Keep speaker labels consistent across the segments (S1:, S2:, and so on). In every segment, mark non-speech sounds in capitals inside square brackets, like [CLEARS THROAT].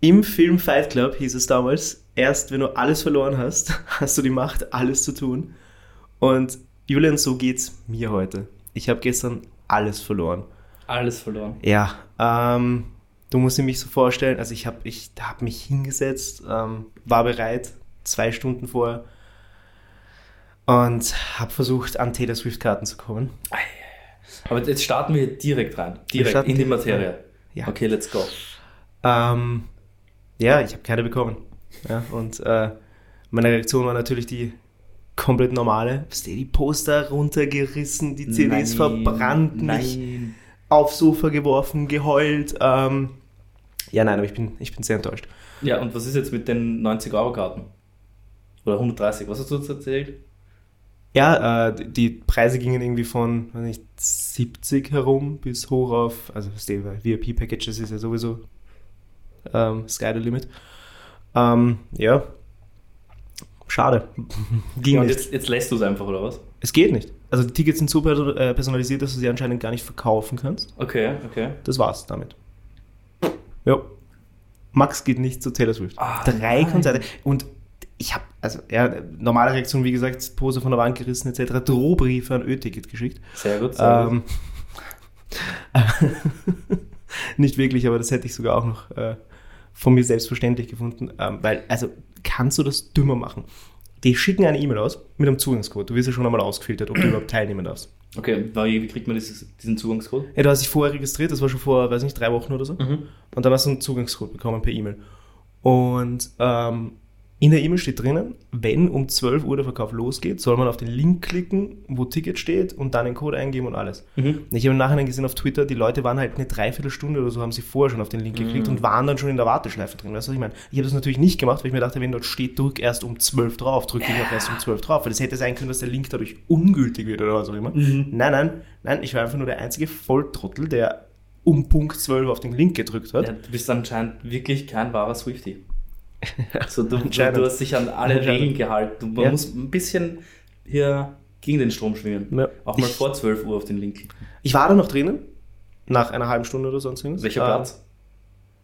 S1: Im Film Fight Club hieß es damals, erst wenn du alles verloren hast, [LAUGHS] hast du die Macht, alles zu tun. Und Julian, so geht's mir heute. Ich habe gestern alles verloren.
S2: Alles verloren.
S1: Ja, ähm, du musst dir mich so vorstellen, also ich habe ich hab mich hingesetzt, ähm, war bereit, zwei Stunden vorher und habe versucht, an Taylor Swift-Karten zu kommen.
S2: Aber jetzt starten wir direkt rein.
S1: Wir
S2: Direkt
S1: starten
S2: in die
S1: direkt
S2: Materie.
S1: Ja.
S2: Okay, let's go.
S1: Ähm, ja, ich habe keine bekommen. Ja, und äh, meine Reaktion war natürlich die komplett normale. Hast du die Poster runtergerissen, die CDs verbrannt, mich
S2: Nein.
S1: aufs Sofa geworfen, geheult. Ähm, ja, nein, aber ich bin, ich bin sehr enttäuscht.
S2: Ja, und was ist jetzt mit den 90-Euro-Karten? Oder 130, was hast du uns erzählt?
S1: Ja, äh, die Preise gingen irgendwie von weiß nicht, 70 herum bis hoch auf, also was die VIP-Packages ist ja sowieso ähm, Sky the Limit. Ähm, ja, schade. [LAUGHS] Ging
S2: Ja, und
S1: nicht.
S2: jetzt, jetzt lässt du es einfach, oder was?
S1: Es geht nicht. Also die Tickets sind so perso- äh, personalisiert, dass du sie anscheinend gar nicht verkaufen kannst.
S2: Okay, okay.
S1: Das war's damit. Ja. Max geht nicht zu Taylor Swift.
S2: Ah,
S1: Drei
S2: nein.
S1: Konzerte. Und ich habe, also ja, normale Reaktion, wie gesagt, Pose von der Wand gerissen etc. Drohbriefe an Ö-Ticket geschickt.
S2: Sehr gut. Sehr gut.
S1: Ähm, [LAUGHS] nicht wirklich, aber das hätte ich sogar auch noch äh, von mir selbstverständlich gefunden. Ähm, weil, also, kannst du das dümmer machen? Die schicken eine E-Mail aus mit einem Zugangscode. Du wirst ja schon einmal ausgefiltert, ob du überhaupt teilnehmen darfst.
S2: Okay, na, wie wie kriegt man dieses, diesen Zugangscode?
S1: Ja, du hast dich vorher registriert, das war schon vor, weiß nicht, drei Wochen oder so.
S2: Mhm.
S1: Und dann hast du einen Zugangscode bekommen per E-Mail. Und ähm, in der E-Mail steht drinnen, wenn um 12 Uhr der Verkauf losgeht, soll man auf den Link klicken, wo Ticket steht und dann den Code eingeben und alles.
S2: Mhm.
S1: Und ich habe im Nachhinein gesehen auf Twitter, die Leute waren halt eine Dreiviertelstunde oder so, haben sie vorher schon auf den
S2: Mhm.
S1: Link geklickt und waren dann schon in der Warteschleife drin. Weißt du, was ich meine? Ich habe das natürlich nicht gemacht, weil ich mir dachte, wenn dort steht, drück erst um 12 drauf, drücke ich auch erst um 12 drauf. Weil das hätte sein können, dass der Link dadurch ungültig wird oder was auch immer.
S2: Mhm.
S1: Nein, nein, nein, ich war einfach nur der einzige Volltrottel, der um Punkt 12 auf den Link gedrückt hat.
S2: Ja, du bist anscheinend wirklich kein
S1: [LAUGHS]
S2: wahrer Swifty. Also du, du,
S1: Anscheinend.
S2: du hast dich an alle
S1: Anscheinend.
S2: Regeln gehalten. Du, man
S1: Ja.
S2: muss ein bisschen hier gegen den Strom schwingen.
S1: Ja.
S2: Auch mal
S1: Ich-
S2: vor 12 Uhr auf den Link.
S1: Ich war da noch drinnen, nach einer halben Stunde oder sonst irgendwas.
S2: Welcher
S1: Ähm,
S2: Platz?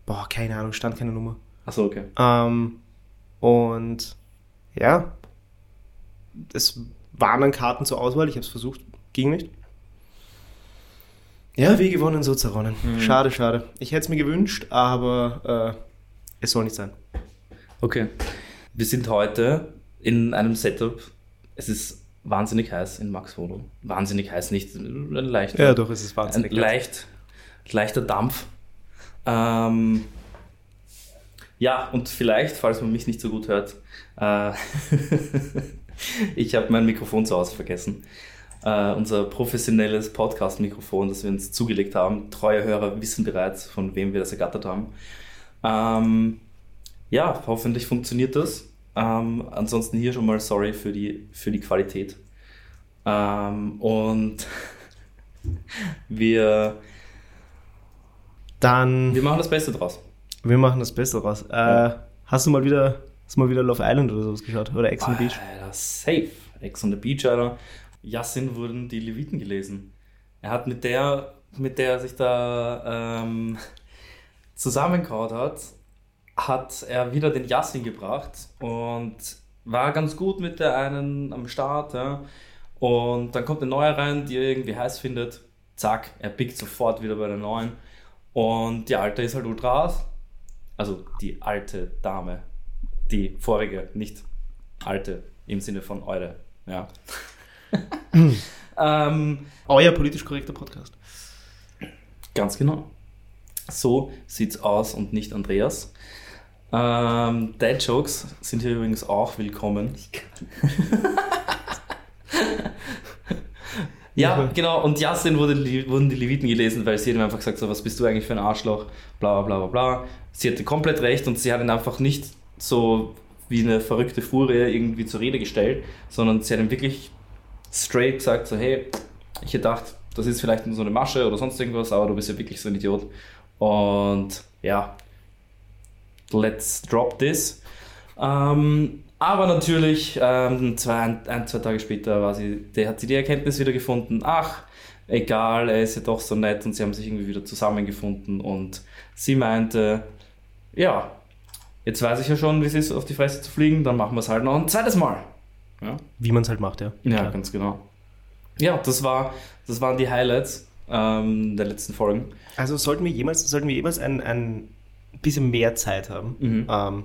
S1: Boah, keine Ahnung, stand keine Nummer.
S2: Achso, okay.
S1: Ähm, und ja, es waren dann Karten zur Auswahl. Ich habe es versucht, ging nicht. Ja, wie gewonnen, so zerronnen. Schade, schade. Ich hätte es mir gewünscht, aber äh, es soll nicht sein.
S2: Okay. Wir sind heute in einem Setup. Es ist wahnsinnig heiß in Max Wohnung. Wahnsinnig heiß, nicht ein leichter,
S1: Ja, doch, es ist
S2: ein
S1: wahnsinnig. nett.
S2: leicht, leichter Dampf. Ähm, ja, und vielleicht, falls man mich nicht so gut hört, äh, [LAUGHS] ich habe mein Mikrofon zu Hause vergessen. Äh, unser professionelles Podcast-Mikrofon, das wir uns zugelegt haben. Treue Hörer wissen bereits, von wem wir das ergattert haben. Ähm, ja, hoffentlich funktioniert das. Ähm, ansonsten hier schon mal sorry für die, für die Qualität. Ähm, und wir,
S1: Dann,
S2: wir machen das Beste draus.
S1: wir machen das Beste draus. Äh,
S2: Ja.
S1: Hast du mal wieder, hast du mal wieder Love Island oder sowas geschaut? Oder Ex on the Beach?
S2: Alter, safe. Ex on the Beach, Alter. Yassin wurden die Leviten gelesen. Er hat mit der, mit der er sich da ähm, [LAUGHS] zusammengehauen hat, hat er wieder den Yassin gebracht und war ganz gut mit der einen am Start. Ja. Und dann kommt eine neue rein, die er irgendwie heiß findet. Zack, er pickt sofort wieder bei der neuen. Und die alte ist halt ultra heiß. Also die alte Dame. Die vorige, nicht alte im Sinne von eure. Ja. ähm,
S1: Euer politisch korrekter Podcast.
S2: ganz genau. So sieht's aus und nicht Andreas. Ähm, Dad Jokes sind hier übrigens auch willkommen. ja, genau. Und Jasin wurde, wurden die Leviten gelesen, weil sie hat ihm einfach gesagt so, was bist du eigentlich für ein Arschloch? Bla bla bla bla. bla. Sie hatte komplett recht und sie hat ihn einfach nicht so wie eine verrückte Furie irgendwie zur Rede gestellt, sondern sie hat ihm wirklich straight gesagt so, hey, ich hätte gedacht, das ist vielleicht nur so eine Masche oder sonst irgendwas, aber du bist ja wirklich so ein Idiot. Und ja, let's drop this. Ähm, aber natürlich, ähm, zwei, ein, ein, zwei Tage später war sie, der hat sie die Erkenntnis wieder gefunden, ach, egal, er ist ja doch so nett und sie haben sich irgendwie wieder zusammengefunden und sie meinte, ja, Jetzt weiß ich ja schon, wie es ist, auf die Fresse zu fliegen, dann machen wir es halt noch ein zweites Mal. Ja,
S1: Wie man es halt macht, ja.
S2: ja
S1: Klar.
S2: ganz genau. Ja, das, war, das waren die Highlights ähm, der letzten Folgen.
S1: Also sollten wir jemals, sollten wir jemals ein, ein bisschen mehr Zeit haben,
S2: Mhm.
S1: ähm,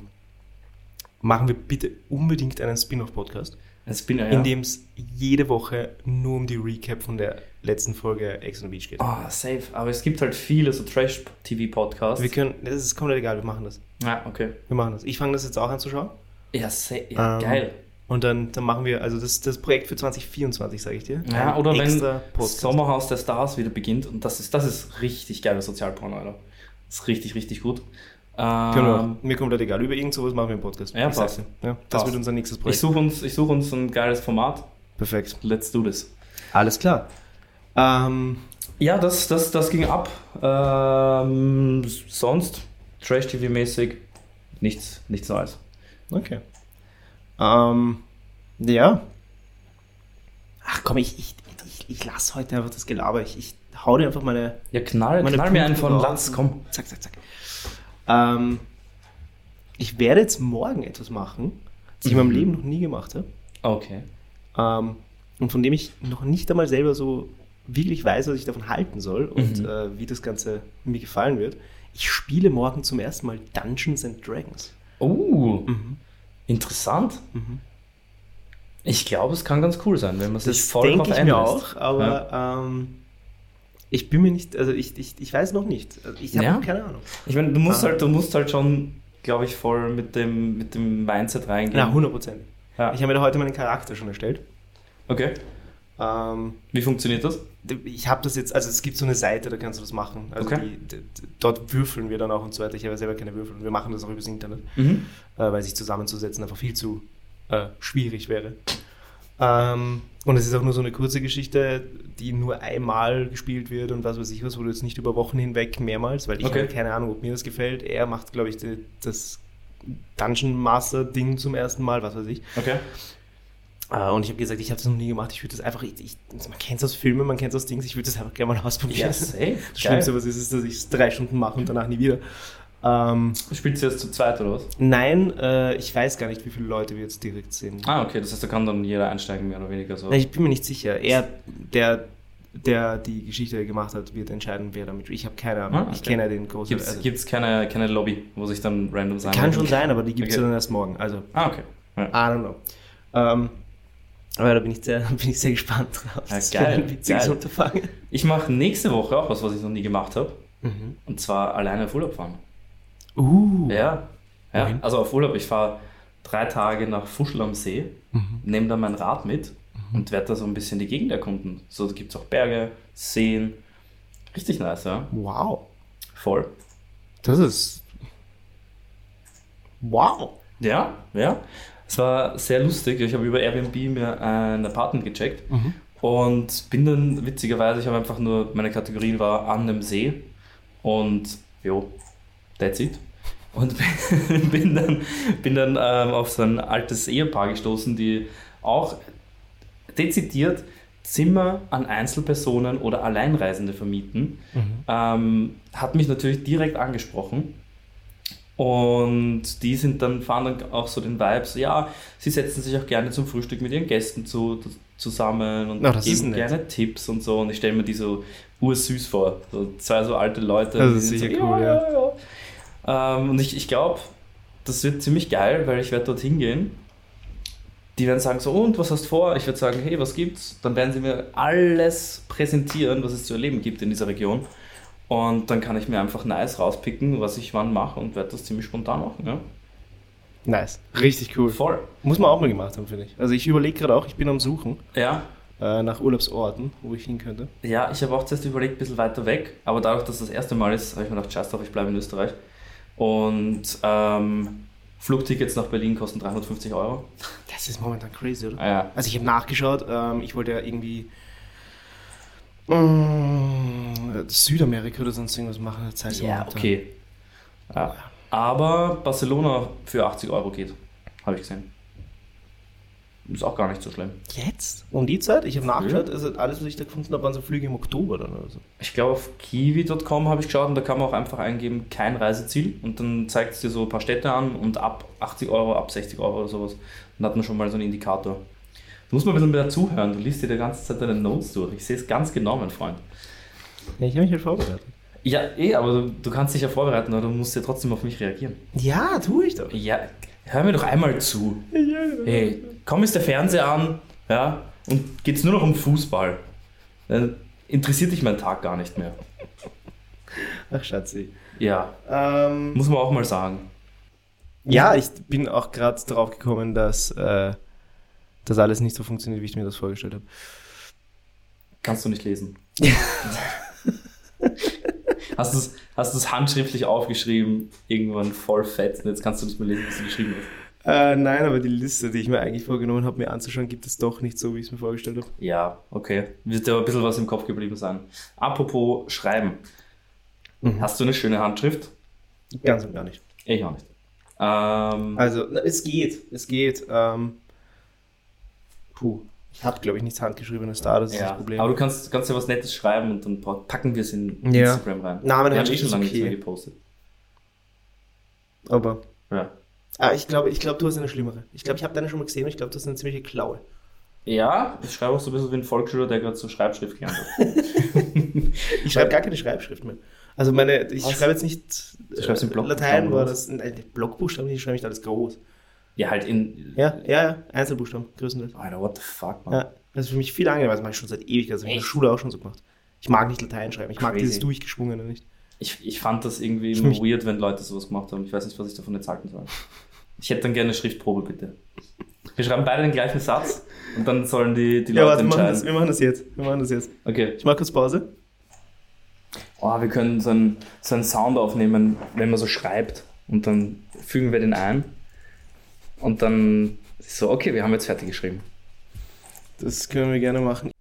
S1: machen wir bitte unbedingt einen Spin-off-Podcast,
S2: Es Also bin ja.
S1: in dem es jede Woche nur um die Recap von der letzten Folge Ex on the Beach geht.
S2: Ah, safe. Aber es gibt halt viele so Trash-TV-Podcasts.
S1: Wir können, das ist komplett egal, wir machen das.
S2: Ja, okay.
S1: Wir machen das. Ich fange das jetzt auch an zu schauen.
S2: Ja, safe. Ja,
S1: Ähm,
S2: geil.
S1: Und dann, dann machen wir, also das, das Projekt für 2024, sage ich dir.
S2: Ja,
S1: Ein
S2: oder wenn
S1: extra Podcast.
S2: Sommerhaus der Stars wieder beginnt und das ist, das ist richtig geiler Sozialporno, Alter. Das ist richtig, richtig gut. Ähm,
S1: Können wir machen. Mir komplett egal. Über irgend sowas machen wir einen Podcast.
S2: Ja,
S1: Ich sag's
S2: passt.
S1: dir. Ja, das
S2: Passt.
S1: wird unser nächstes
S2: Ich
S1: Projekt.
S2: suche uns, ich such uns ein geiles Format.
S1: Perfekt.
S2: Let's do this.
S1: Alles klar. Ähm,
S2: Ja, das, das, das ging ab. Ähm, sonst, Trash-TV-mäßig, nichts, nichts Neues.
S1: okay. Ähm, ja. Ach komm, ich, ich, ich, ich lasse heute einfach das Gelaber. Ich, ich hau dir einfach meine.
S2: Ja, knall,
S1: meine
S2: knall mir einen
S1: Punkte
S2: von
S1: raus.
S2: Latz, komm.
S1: Zack, zack, zack. Ähm, ich werde jetzt morgen etwas machen, das ich in meinem
S2: Mhm.
S1: Leben noch nie gemacht habe.
S2: Okay.
S1: ähm, und von dem ich noch nicht einmal selber so wirklich weiß, was ich davon halten soll und
S2: Mhm.
S1: äh, wie das Ganze mir gefallen wird. Ich spiele morgen zum ersten Mal Dungeons and Dragons.
S2: Oh, interessant.
S1: Mhm.
S2: Ich glaube, es kann ganz cool sein, wenn man sich
S1: Das
S2: voll
S1: denke
S2: drauf
S1: ich mir
S2: einlässt.
S1: auch, aber ähm, ich bin mir nicht, also ich, ich, ich weiß noch nicht. Also ich habe
S2: Ja.
S1: noch keine Ahnung.
S2: Ich meine, du musst
S1: Ah.
S2: halt, du musst halt schon, glaube ich, voll mit dem, mit dem Mindset reingehen.
S1: Na, 100 Prozent.
S2: Ja.
S1: Ich habe mir da heute meinen Charakter schon erstellt.
S2: Okay.
S1: Ähm,
S2: Wie funktioniert das?
S1: ich habe das jetzt, also es gibt so eine Seite, da kannst du das machen. Also
S2: Okay.
S1: die, d- d- dort würfeln wir dann auch und so weiter. Ich habe ja selber keine Würfel und wir machen das auch übers Internet.
S2: Mhm.
S1: äh, weil sich zusammenzusetzen einfach viel zu äh, schwierig wäre. Ähm, und es ist auch nur so eine kurze Geschichte, die nur einmal gespielt wird und was weiß ich was, wurde jetzt nicht über Wochen hinweg mehrmals, weil ich
S2: Okay.
S1: habe keine Ahnung, ob mir das gefällt. Er macht, glaube ich, die, das Dungeon Master Ding zum ersten Mal, was weiß ich.
S2: Okay.
S1: Äh, und ich habe gesagt, ich habe das noch nie gemacht, ich würde das einfach, ich, ich, man kennt es aus Filmen, man kennt es aus Dings, ich würde das einfach gerne mal ausprobieren.
S2: Ja, safe.
S1: Das Schlimmste, was ist, ist, dass ich es drei Stunden mache und danach nie wieder. Ähm,
S2: Spielst du jetzt zu zweit oder was?
S1: Nein, äh, ich weiß gar nicht, wie viele Leute wir jetzt direkt sind.
S2: Ah, okay. Das heißt, da kann dann jeder einsteigen, mehr oder weniger so.
S1: Na, Ich bin mir nicht sicher. Er, der, der die Geschichte gemacht hat, wird entscheiden, wer damit. Ich habe keine Ahnung.
S2: Ah,
S1: Ich
S2: okay.
S1: kenne den großen. also,
S2: Gibt es keine, keine Lobby, wo sich dann random sein
S1: kann schon sein, aber die gibt es
S2: Okay.
S1: dann erst morgen. Also,
S2: Ah, okay. Ja.
S1: I don't know. Ähm, aber da bin ich sehr, [LAUGHS] bin ich sehr gespannt drauf.
S2: Ja,
S1: das
S2: geil,
S1: wäre ein witziges
S2: geil.
S1: Unterfangen.
S2: Ich mache nächste Woche auch was, was ich noch nie gemacht habe.
S1: Mhm.
S2: Und zwar alleine auf Urlaub fahren.
S1: Uh.
S2: Ja. ja.
S1: Wohin?
S2: Also auf Urlaub. Ich fahre drei Tage nach Fuschl am See,
S1: Mhm.
S2: nehme dann mein Rad mit und werde da so ein bisschen die Gegend erkunden. So, da gibt es auch Berge, Seen. Richtig nice, ja.
S1: Wow.
S2: Voll.
S1: Das ist. Wow.
S2: Ja, ja. Es war sehr lustig. Ich habe über Airbnb mir ein Apartment gecheckt und bin dann witzigerweise, ich habe einfach nur, meine Kategorien war an einem See und jo, that's it. Und [LAUGHS] bin, bin dann, bin dann ähm, auf so ein altes Ehepaar gestoßen, die auch dezidiert Zimmer an Einzelpersonen oder Alleinreisende vermieten.
S1: Mhm.
S2: Ähm, hat mich natürlich direkt angesprochen. Und die sind dann, fahren dann auch so den Vibe, so, ja, sie setzen sich auch gerne zum Frühstück mit ihren Gästen zu, zusammen und
S1: Na, das ist
S2: geben
S1: nett.
S2: gerne Tipps und so. Und ich stelle mir die so ursüß vor. So zwei so alte Leute.
S1: Das
S2: die
S1: ist
S2: sind
S1: sicher
S2: so,
S1: cool,
S2: ja. ja, ja." Ähm, und ich, ich glaube, das wird ziemlich geil, weil ich werde dorthin gehen. Die werden sagen so, und was hast du vor? Ich werde sagen, hey, was gibt's? Dann werden sie mir alles präsentieren, was es zu erleben gibt in dieser Region. Und dann kann ich mir einfach nice rauspicken, was ich wann mache und werde das ziemlich spontan machen. Ja?
S1: Nice. Richtig cool.
S2: Voll.
S1: Muss man auch mal gemacht haben, finde ich. Also, ich überlege gerade auch, ich bin am Suchen.
S2: Ja,
S1: äh, nach Urlaubsorten, wo ich hin könnte.
S2: Ja, ich habe auch zuerst überlegt, ein bisschen weiter weg, aber dadurch, dass das erste Mal ist, habe ich mir gedacht, scheiß drauf, ich bleibe in Österreich. Und ähm, Flugtickets nach Berlin kosten 350 Euro.
S1: Das ist momentan crazy, oder?
S2: Ah, ja.
S1: Also ich habe nachgeschaut, ähm, ich wollte ja irgendwie mm, Südamerika oder sonst irgendwas machen. Das heißt
S2: Ja,
S1: momentan.
S2: okay. Ja. Aber Barcelona für 80 Euro geht, habe ich gesehen. Ist auch gar nicht so schlimm.
S1: Jetzt? um die Zeit. Ich habe nachgeschaut, also alles, was ich da gefunden habe, waren so Flüge im Oktober dann oder so.
S2: Ich glaube, auf kiwi.com habe ich geschaut und da kann man auch einfach eingeben, kein Reiseziel. Und dann zeigt es dir so ein paar Städte an und ab 80 Euro, ab 60 Euro oder sowas. Dann hat man schon mal so einen Indikator. Du musst mal ein bisschen mehr zuhören. Du liest dir die ganze Zeit deine Notes durch. Ich sehe es ganz genau, mein Freund.
S1: Ja, ich habe mich halt vorbereitet.
S2: Ja, eh, aber du, du kannst dich ja vorbereiten, aber du musst ja trotzdem auf mich reagieren.
S1: Ja, tue ich doch.
S2: Ja, hör mir doch einmal zu. Hey, komm ist der Fernseher an, ja, und geht's nur noch um Fußball. Dann interessiert dich mein Tag gar nicht mehr.
S1: Ach, Schatzi.
S2: Ja,
S1: Ähm,
S2: muss man auch mal sagen.
S1: ja, ich bin auch gerade drauf gekommen, dass äh, das alles nicht so funktioniert, wie ich mir das vorgestellt habe.
S2: Kannst du
S1: [LAUGHS]
S2: nicht lesen. hast du es hast du's handschriftlich aufgeschrieben, irgendwann voll fett, und jetzt kannst du nicht mehr lesen, was du geschrieben hast.
S1: Äh, nein, aber die Liste, die ich mir eigentlich vorgenommen habe, mir anzuschauen, gibt es doch nicht so, wie ich es mir vorgestellt habe.
S2: Ja, okay. Wird dir aber ein bisschen was im Kopf geblieben sein. Apropos Schreiben.
S1: Mhm.
S2: Hast du eine schöne Handschrift?
S1: Ganz und gar nicht.
S2: Ich auch nicht. Ähm,
S1: Also, na, es geht, es geht. Ähm, puh, ich habe, glaube ich, nichts Handgeschriebenes da, das ist
S2: ja.
S1: das Problem.
S2: Aber du kannst, kannst ja was Nettes schreiben und dann pa- packen wir es in
S1: Ja.
S2: Instagram rein.
S1: Na, meine
S2: wir haben eh
S1: Handschrift
S2: schon
S1: ist
S2: lange
S1: okay.
S2: nichts mehr gepostet.
S1: aber
S2: Ja.
S1: ah, ich glaube, ich glaub, du hast eine schlimmere. Ich glaube, ich habe deine schon mal gesehen und ich glaube, das ist eine ziemliche Klaue.
S2: ja, ich schreibe auch so ein bisschen wie ein Volksschüler, der gerade zur Schreibschrift gelernt hat.
S1: Ich schreibe gar keine Schreibschrift mehr. Also meine, ich
S2: Was?
S1: schreibe jetzt nicht äh,
S2: Du schreibst in Blockbuchstaben,
S1: Latein war
S2: oder
S1: das. Nein, Blockbuchstaben, die schreibe ich alles groß.
S2: ja, halt in.
S1: Ja, ja, ja. Einzelbuchstaben, größtenteils.
S2: Alter, what the fuck, man.
S1: Ja, das ist für mich viel angenehmer, das mache ich schon seit ewig, also in der
S2: Echt?
S1: Schule auch schon so gemacht. Ich mag nicht Latein schreiben, ich mag
S2: Crazy.
S1: dieses Durchgeschwungene nicht.
S2: Ich, ich fand das irgendwie
S1: Ich
S2: immer
S1: mich-
S2: weird, wenn Leute sowas gemacht haben. Ich weiß nicht, was ich davon jetzt halten soll. Ich hätte dann gerne eine Schriftprobe, bitte. Wir schreiben beide den gleichen Satz und dann sollen die, die Leute
S1: wir machen, das,
S2: entscheiden.
S1: wir machen das jetzt. Wir machen das jetzt.
S2: Okay.
S1: Ich mache kurz Pause.
S2: Oh, wir können so einen, so einen Sound aufnehmen, wenn man so schreibt. Und dann fügen wir den ein. Und dann ist so, okay, wir haben jetzt fertig geschrieben.
S1: Das können wir gerne machen.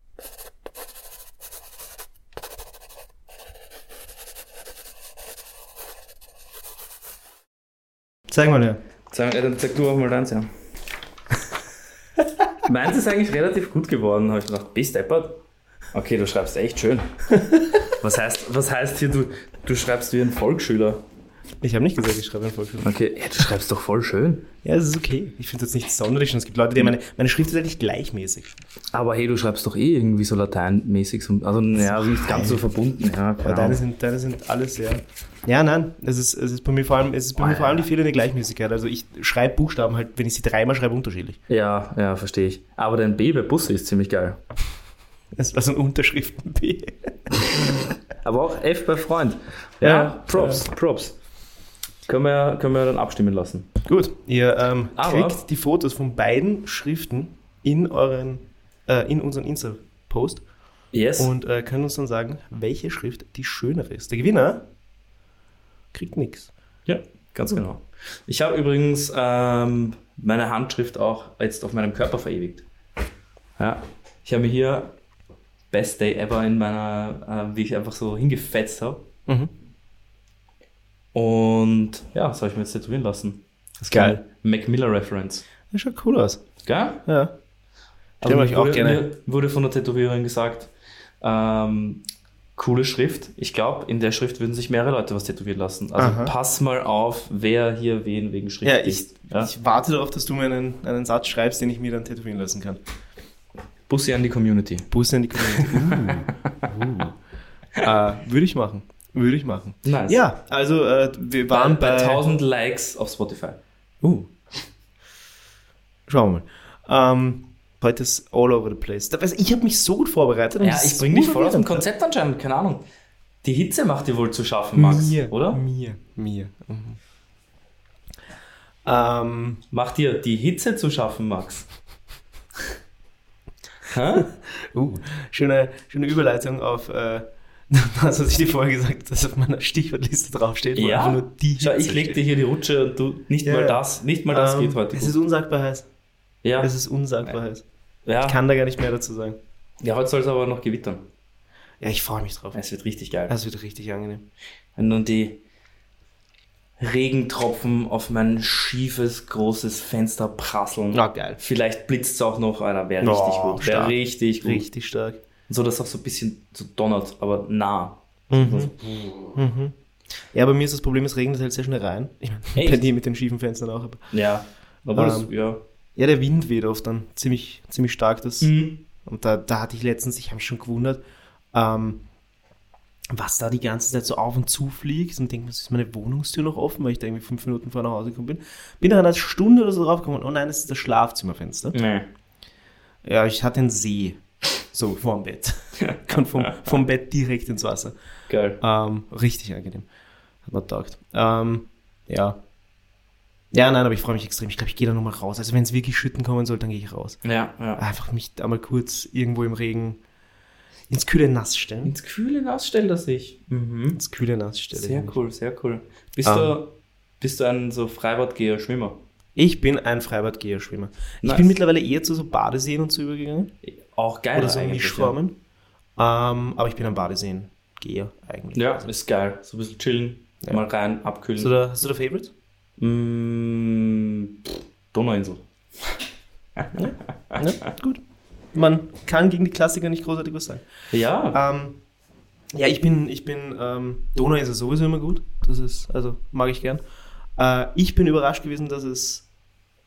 S1: Zeig mal her.
S2: Sag, äh, dann sag du auch mal deins, ja. [LAUGHS] Meins ist eigentlich relativ gut geworden, habe ich gedacht. Bist deppert? Okay, du schreibst echt [LAUGHS] schön. Was heißt, was heißt hier, du, du schreibst wie ein Volksschüler?
S1: Ich habe nicht gesagt, ich schreibe einen Volksschrift.
S2: Okay, ja, du schreibst doch voll schön.
S1: Ja, es ist okay. Ich finde es jetzt nicht sonderlich. Und es gibt Leute, die meine, meine Schrift ist eigentlich gleichmäßig.
S2: Aber hey, du schreibst doch eh irgendwie so lateinmäßig. So, also, naja, nicht ganz so verbunden. Ja, genau.
S1: Aber deine sind, deine sind alles sehr. Ja, nein, es ist, es ist bei mir vor allem, es ist bei mir vor allem die fehlende Gleichmäßigkeit. Also ich schreibe Buchstaben halt, wenn ich sie dreimal schreibe, unterschiedlich.
S2: ja, ja, verstehe ich. Aber dein B bei Busse ist ziemlich geil.
S1: Es war so ein Unterschriften B.
S2: Aber auch F bei Freund. Ja,
S1: Ja,
S2: Props, Props. Können wir, können wir dann abstimmen lassen.
S1: [LAUGHS] Gut, ihr ähm,
S2: Aber-
S1: kriegt die Fotos von beiden Schriften in euren, äh, in unseren Insta-Post
S2: Yes.
S1: und äh, könnt uns dann sagen, welche Schrift die schönere ist. Der Gewinner kriegt nichts.
S2: Ja, ganz genau. Ich habe übrigens ähm, meine Handschrift auch jetzt auf meinem Körper verewigt. Ja, ich habe mir hier Best Day Ever in meiner, äh, wie ich einfach so hingefetzt habe.
S1: Mhm.
S2: Und ja, das habe ich mir jetzt tätowieren lassen.
S1: Das ist
S2: Mac Miller Reference.
S1: Das schaut cool aus.
S2: Geil?
S1: Ja. Stellen Also wir euch
S2: mir
S1: auch
S2: Also wurde,
S1: gerne.
S2: Mir wurde von der Tätowiererin gesagt, ähm, coole Schrift. Ich glaube, in der Schrift würden sich mehrere Leute was tätowieren lassen. Also
S1: Aha.
S2: pass mal auf, wer hier wen wegen Schrift
S1: Ja, ich,
S2: ist. Ja?
S1: ich warte darauf, dass du mir einen, einen Satz schreibst, den ich mir dann tätowieren lassen kann.
S2: Bussi an die Community.
S1: Busse in die Community.
S2: [LAUGHS] Uh,
S1: äh, würde ich machen. Würde ich machen.
S2: Nice. Ja,
S1: Ja, also äh, wir
S2: waren
S1: waren
S2: bei,
S1: bei.
S2: 1000 Likes auf Spotify.
S1: Uh. Schauen wir mal. Ähm, heute ist all over the place. Da- Also ich habe mich so gut vorbereitet. und
S2: Ja,
S1: es
S2: ich
S1: ist
S2: bring dich voll aus dem
S1: urverwirrend.
S2: Konzept anscheinend, keine Ahnung. Die Hitze macht dir wohl zu schaffen, Max,
S1: mir,
S2: oder?
S1: Mir, mir. Mhm. Ähm,
S2: Macht dir die Hitze zu schaffen, Max. Hä?
S1: uh, schöne, schöne Überleitung auf äh, [LAUGHS] das, was ich dir vorher gesagt habe, dass auf meiner Stichwortliste draufsteht. wo einfach
S2: ja,
S1: nur die
S2: Schau, ich
S1: Hitze
S2: leg
S1: steht.
S2: dir hier die Rutsche und du, nicht
S1: Ja,
S2: mal
S1: ja.
S2: das, nicht mal das
S1: Ähm,
S2: geht heute.
S1: Es
S2: gut.
S1: ist unsagbar heiß.
S2: ja,
S1: Es ist unsagbar heiß. Ich
S2: ja.
S1: kann da gar nicht mehr dazu sagen.
S2: ja, heute soll es aber noch gewittern.
S1: Ja, ich freue mich drauf. Also-
S2: Es wird richtig geil.
S1: Das wird richtig angenehm.
S2: Wenn nun die Regentropfen auf mein schiefes, großes Fenster prasseln.
S1: Na, geil.
S2: Vielleicht blitzt es auch noch, Alter, wäre richtig
S1: Oh,
S2: gut. Wäre
S1: stark.
S2: richtig gut.
S1: Richtig stark.
S2: So, dass auch so ein bisschen so donnert, aber nah. Also,
S1: Mhm. Mhm. Ja, bei mir ist das Problem, es regnet halt sehr schnell rein. Ich meine,
S2: Echt?
S1: bei dir mit den schiefen Fenstern auch. Aber
S2: Ja. Obwohl
S1: Ähm,
S2: es, ja.
S1: ja, der Wind weht oft dann ziemlich, ziemlich stark. Das,
S2: Mhm.
S1: Und da, da hatte ich letztens, ich habe mich schon gewundert, ähm, was da die ganze Zeit so auf und zu fliegt und denke mir, ist meine Wohnungstür noch offen, weil ich da irgendwie fünf Minuten vorher nach Hause gekommen bin. Bin nach einer Stunde oder so draufgekommen, oh nein, das ist das Schlafzimmerfenster.
S2: Nee.
S1: Ja, ich hatte einen See, so vorm Bett. [LAUGHS] Kann vom, vom Bett direkt ins Wasser.
S2: Geil.
S1: Ähm, richtig angenehm. Hat man taugt. Ähm, ja. Ja, nein, aber ich freue mich extrem. Ich glaube, ich gehe da nochmal raus. Also wenn es wirklich schütten kommen soll, dann gehe ich raus.
S2: Ja, ja.
S1: Einfach mich da mal kurz irgendwo im Regen ins kühle Nass stellen.
S2: Ins Kühle nass stellt er sich. Mhm.
S1: Ins kühle Nass stellen.
S2: Sehr cool, sehr cool. Bist,
S1: Ähm.
S2: du, bist du ein so Freibadgeher, Schwimmer?
S1: Ich bin ein Freibadgeher-Schwimmer. Ich
S2: Nice.
S1: bin mittlerweile eher zu so Badeseen und so übergegangen.
S2: Auch geil.
S1: Oder so irgendwie
S2: eigentlich, ja.
S1: Schwammen. Ähm, aber ich bin ein Badeseen-Geher eigentlich.
S2: Ja,
S1: Also,
S2: ist geil. So ein bisschen chillen,
S1: Ja.
S2: mal rein, abkühlen.
S1: Hast du da, hast du da Favorites?
S2: Mm, pff, Donauinsel.
S1: Ja, gut. Man kann gegen die Klassiker nicht großartig was sagen.
S2: Ja,
S1: Ähm, ja, ich bin, ich bin, ähm, Donau ist ja sowieso immer gut. Das ist, also mag ich gern. Äh, ich bin überrascht gewesen, dass es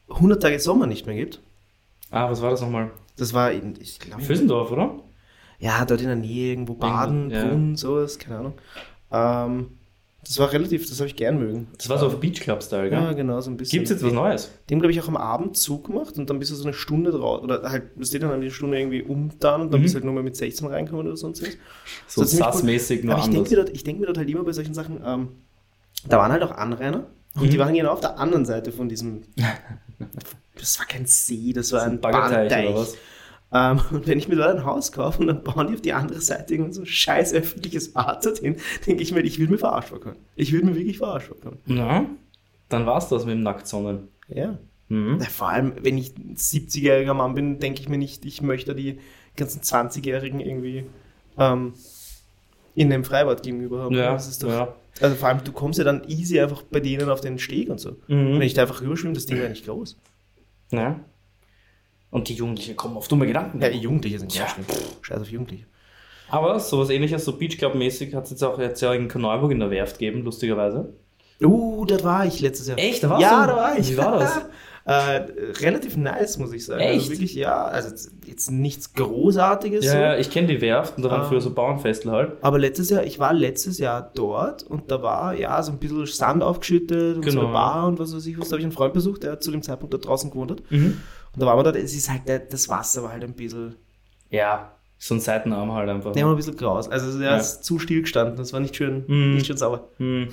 S1: 100 Tage Sommer nicht mehr gibt.
S2: ah, was war das nochmal?
S1: Das war in, ich glaube,
S2: Füssendorf, oder?
S1: ja, dort in der Nähe irgendwo Baden,
S2: ja.
S1: Brunnen, sowas, keine Ahnung. Ähm, das war relativ, das habe ich gern mögen.
S2: Das war so auf Beach Club Style,
S1: Ah. Ja,
S2: gell?
S1: genau, so ein bisschen.
S2: Gibt's jetzt was Neues?
S1: Dem, glaube ich, auch am Abend zugemacht und dann bist du so eine Stunde drauf, oder halt, bist du dann eine Stunde irgendwie umtan und dann
S2: Mhm.
S1: bist du halt nur mal mit 16 reinkommen oder sonst was.
S2: So
S1: ziemlich gut.
S2: SAS-mäßig nur
S1: Aber ich denke
S2: anders.
S1: mir, dort- ich denk mir dort halt immer bei solchen Sachen, ähm, da waren halt auch Anrainer und die
S2: Mhm.
S1: waren genau auf der anderen Seite von
S2: [LAUGHS]
S1: diesem. Das war kein See, das war ein
S2: Baggerteich
S1: Bahnteich.
S2: oder was?
S1: Ähm, [LAUGHS] und wenn ich mir dort ein Haus kaufe und dann bauen die auf die andere Seite irgendein so ein scheiß öffentliches Bad dorthin, [LAUGHS] denke ich mir, ich will mir verarscht vorkommen. Ich will mir wirklich verarscht vorkommen.
S2: Na, dann war's das mit dem Nacktsonnen.
S1: Ja.
S2: Mhm.
S1: Na, Vor allem, wenn ich ein 70-jähriger Mann bin, denke ich mir nicht, ich möchte die ganzen 20-Jährigen irgendwie ähm, in dem Freibad gegenüber haben.
S2: Ja,
S1: das ist doch
S2: ja.
S1: Also vor allem, du kommst ja dann easy einfach bei denen auf den Steg und so. Wenn
S2: Mhm.
S1: ich da einfach rüberschwimme, das Ding wäre nicht groß.
S2: Ja. Und die Jugendlichen kommen auf dumme Gedanken.
S1: Ja, die Jugendliche sind
S2: Ja.
S1: ja. Scheiß auf Jugendliche.
S2: Aber sowas ähnliches, so Beach Club-mäßig, hat es jetzt auch jetzt ja in Korneuburg in der Werft gegeben, lustigerweise.
S1: Uh, dort war ich letztes Jahr.
S2: Echt? Da warst
S1: ja,
S2: du?
S1: da war ich.
S2: Wie war das?
S1: [LAUGHS] äh, relativ nice, muss ich sagen.
S2: Echt?
S1: Also wirklich, ja. Also jetzt- jetzt nichts Großartiges.
S2: Ja,
S1: so.
S2: ja, ich kenne die Werft und da waren
S1: Ah.
S2: früher so Bauernfestel halt.
S1: Aber letztes Jahr, ich war letztes Jahr dort und da war ja so ein bisschen Sand aufgeschüttet und so
S2: Genau.
S1: eine Bar und was weiß ich was. Da habe ich einen Freund besucht, der zu dem Zeitpunkt da draußen gewohnt hat. Und da waren wir dort, es ist halt, das Wasser war halt ein bisschen
S2: Ja, so ein Seitenarm halt einfach.
S1: Der war ein bisschen graus. Also der
S2: Ja.
S1: ist zu still gestanden. Das war nicht schön,
S2: Mhm.
S1: nicht schön sauber.
S2: Hm.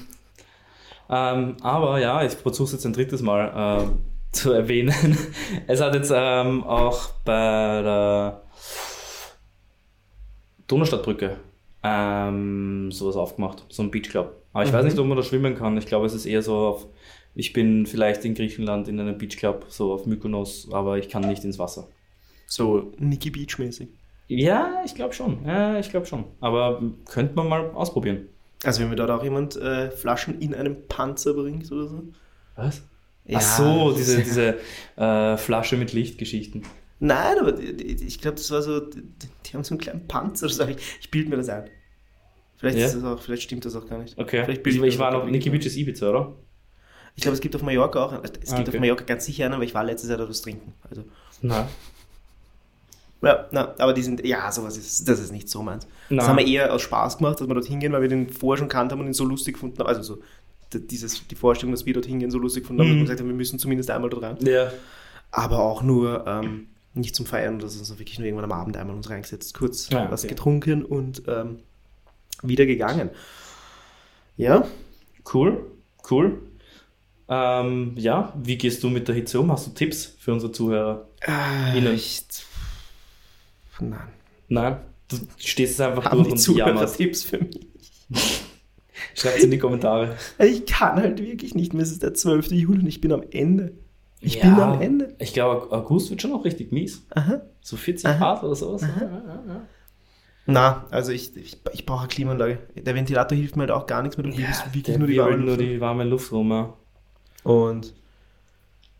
S2: Ähm, aber ja, ich versuche es jetzt ein drittes Mal ähm, [LAUGHS] zu erwähnen. Es hat jetzt ähm, auch bei der Donaustadtbrücke ähm, sowas aufgemacht, so ein Beachclub. Aber ich
S1: Mhm.
S2: weiß nicht, ob man da schwimmen kann. Ich glaube, es ist eher so auf, ich bin vielleicht in Griechenland in einem Beachclub, so auf Mykonos, aber ich kann nicht ins Wasser.
S1: So Nicky Beach mäßig.
S2: Ja, ich glaube schon. Ja, ich glaube schon. Aber könnte man mal ausprobieren.
S1: Also wenn mir dort auch jemand äh, Flaschen in einem Panzer bringt oder so.
S2: Was?
S1: Ja,
S2: Ach so,
S1: das
S2: diese,
S1: ist-
S2: diese äh, Flasche mit Lichtgeschichten.
S1: [LAUGHS] Nein, aber die- die- ich glaube, das war so, die, die haben so einen kleinen Panzer. Das hab ich ich bilde mir das ein. Vielleicht,
S2: Ja?
S1: ist das auch, vielleicht stimmt das auch gar nicht.
S2: Okay.
S1: Vielleicht
S2: ich,
S1: bilde
S2: ich
S1: mir
S2: war
S1: das
S2: noch
S1: auch
S2: Niki
S1: irgendwie.
S2: Beaches Ibiza, oder?
S1: Ich glaube, es gibt auf Mallorca auch, es gibt
S2: Ah, okay.
S1: auf Mallorca ganz sicher einen, aber ich war letztes Jahr dort was trinken. Also,
S2: Nein.
S1: ja, na, aber die sind, ja, sowas ist, das ist nicht so meins.
S2: Na.
S1: Das haben wir eher aus Spaß gemacht, dass wir dort hingehen, weil wir den vorher schon kannt haben und ihn so lustig gefunden haben. Also so d- dieses, die Vorstellung, dass wir dort hingehen, so lustig gefunden haben, dass
S2: Mhm.
S1: wir gesagt haben, wir müssen zumindest einmal dort rein.
S2: Ja.
S1: Aber auch nur ähm, nicht zum Feiern, das ist so wirklich nur irgendwann am Abend einmal uns reingesetzt, kurz
S2: Ah,
S1: was
S2: okay.
S1: getrunken und ähm, wieder gegangen. Ja,
S2: Cool, cool. Ähm, ja, wie gehst du mit der Hitze um? Hast du Tipps für unsere Zuhörer?
S1: äh,
S2: Ihnen.
S1: nicht. Nein.
S2: Nein. Du stehst es einfach
S1: Haben
S2: durch
S1: die
S2: und
S1: Zuhörer
S2: jammerst.
S1: Tipps für mich?
S2: Schreibt es in die Kommentare.
S1: Ich kann halt wirklich nicht mehr. Es ist der 12. Juli und ich bin am Ende. Ich
S2: Ja.
S1: bin am Ende.
S2: Ich glaube, August wird schon noch richtig mies.
S1: Aha.
S2: So 40
S1: Aha.
S2: Grad oder sowas. Ja, ja, ja.
S1: Na, also ich, ich, ich brauche eine Klimaanlage. Der Ventilator hilft mir halt auch gar nichts mehr. Du
S2: Ja,
S1: wirbelst
S2: der
S1: wirklich nur die
S2: wirbelt
S1: warme
S2: nur
S1: Luft.
S2: die warme Luft rum. Ja.
S1: Und.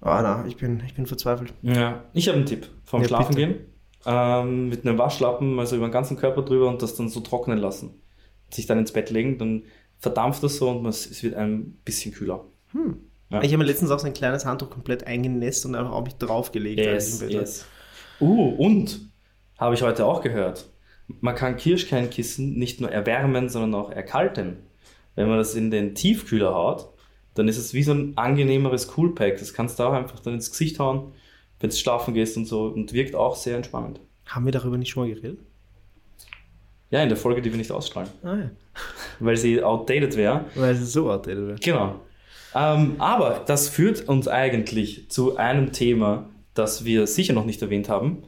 S1: Ah, na, ich bin, ich bin verzweifelt.
S2: Ja. Ich habe einen Tipp vom
S1: Ja,
S2: Schlafen
S1: bitte.
S2: gehen. Ähm, mit einem Waschlappen, also über den ganzen Körper drüber und das dann so trocknen lassen. Sich dann ins Bett legen, dann verdampft das so und man- es wird ein bisschen kühler. Ja.
S1: Hm. Ich habe mir letztens auch so ein kleines Handtuch komplett eingenässt und einfach auf mich draufgelegt. als ich im Bett war.
S2: Uh, und habe ich heute auch gehört. Man kann Kirschkernkissen nicht nur erwärmen, sondern auch erkalten. Wenn man das in den Tiefkühler haut, dann ist es wie so ein angenehmeres Coolpack. Das kannst du auch einfach dann ins Gesicht hauen, wenn du schlafen gehst und so und wirkt auch sehr entspannend.
S1: Haben wir darüber nicht schon mal geredet?
S2: Ja, in der Folge, die wir nicht ausstrahlen,
S1: Ah ja.
S2: weil sie outdated wäre.
S1: Weil es so outdated wird.
S2: Genau. Ähm, aber das führt uns eigentlich zu einem Thema, das wir sicher noch nicht erwähnt haben.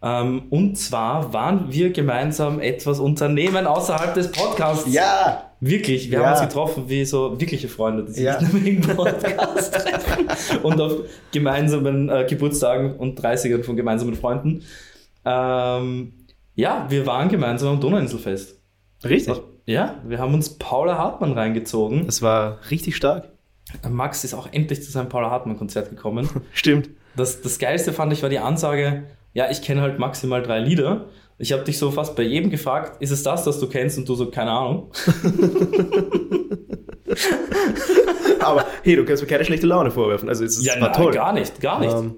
S2: Ähm, und zwar waren wir gemeinsam etwas unternehmen außerhalb des Podcasts.
S1: Ja!
S2: Wirklich, wir
S1: Ja.
S2: haben uns getroffen wie so wirkliche Freunde, die sich
S1: Ja.
S2: nicht nur wegen Podcast [LAUGHS] treffen und auf gemeinsamen äh, Geburtstagen und 30ern von gemeinsamen Freunden. Ähm, ja, wir waren gemeinsam am Donauinselfest.
S1: Richtig.
S2: Ja, wir haben uns Paula Hartmann reingezogen.
S1: Das war richtig stark.
S2: Max ist auch endlich zu seinem Paula Hartmann-Konzert gekommen.
S1: [LAUGHS] Stimmt.
S2: Das, das Geilste fand ich war die Ansage, ja, ich kenne halt maximal drei Lieder. Ich habe dich so fast bei jedem gefragt, ist es das, das du kennst und du so, keine Ahnung.
S1: Aber hey, du kannst mir keine schlechte Laune vorwerfen. Also es,
S2: Ja,
S1: war
S2: nein,
S1: toll.
S2: gar nicht, gar nicht.
S1: Ähm,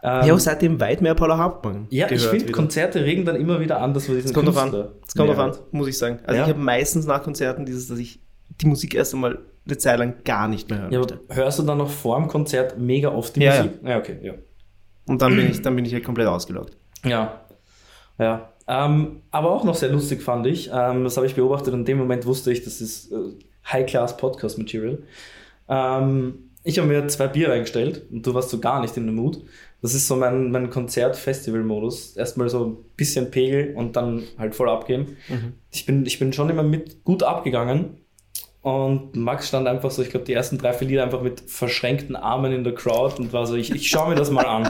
S2: Ähm,
S1: ich habe seitdem weit mehr Paula Hartmann
S2: ja, ich
S1: gehört
S2: finde,
S1: wieder.
S2: Konzerte regen dann immer wieder an, dass man diesen
S1: Es kommt drauf an.
S2: Künstler
S1: Es kommt drauf
S2: näher
S1: an, muss ich sagen. Also
S2: Ja.
S1: ich habe meistens nach Konzerten dieses, dass ich die Musik erst einmal eine Zeit lang gar nicht mehr hören
S2: Ja,
S1: möchte.
S2: aber hörst du dann noch vor dem Konzert mega oft die
S1: Ja, ja.
S2: Musik? Ja, ja okay, ja.
S1: Und dann bin ich, dann bin ich halt komplett ausgelockt.
S2: Ja. Ja. Ähm, aber auch noch sehr lustig fand ich, ähm, das habe ich beobachtet, in dem Moment wusste ich, das ist äh, High-Class-Podcast-Material. Ähm, ich habe mir zwei Bier eingestellt und du warst so gar nicht in dem Mut. Das ist so mein, mein Konzert-Festival-Modus. Erstmal so ein bisschen Pegel und dann halt voll abgehen. Ich, bin, ich bin schon immer mit gut abgegangen und Max stand einfach so, ich glaube, die ersten drei, vier Lieder einfach mit verschränkten Armen in der Crowd und war so, ich, ich schaue mir das mal an.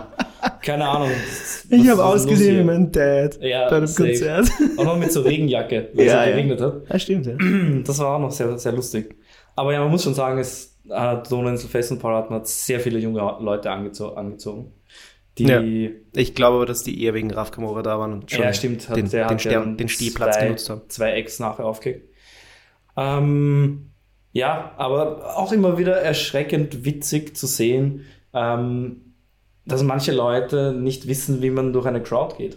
S2: Keine Ahnung. was- was ist los hier?
S1: mein Dad
S2: Ja, safe. Auch noch mit
S1: [LAUGHS]
S2: so Regenjacke, weil
S1: Ja,
S2: es
S1: ja.
S2: geregnet hat. [CLEARS THROAT]
S1: Ja, stimmt, ja.
S2: Das war auch noch sehr, sehr lustig. Aber ja, man muss schon sagen, es hat Donauinselfest und Paul Hartmann hat sehr viele junge Leute angezo angezogen. Die,
S1: Ja.
S2: ja,
S1: Ich glaube aber, dass die eher wegen Raf Kamora da waren und schon
S2: stimmt,
S1: den, den,
S2: der hat ja
S1: Stern,
S2: dann
S1: den Stehplatz
S2: zwei,
S1: genutzt haben.
S2: Zwei Ex nachher aufgelegt. Ähm, ja, aber auch immer wieder erschreckend witzig zu sehen, ähm, dass manche Leute nicht wissen, wie man durch eine Crowd geht.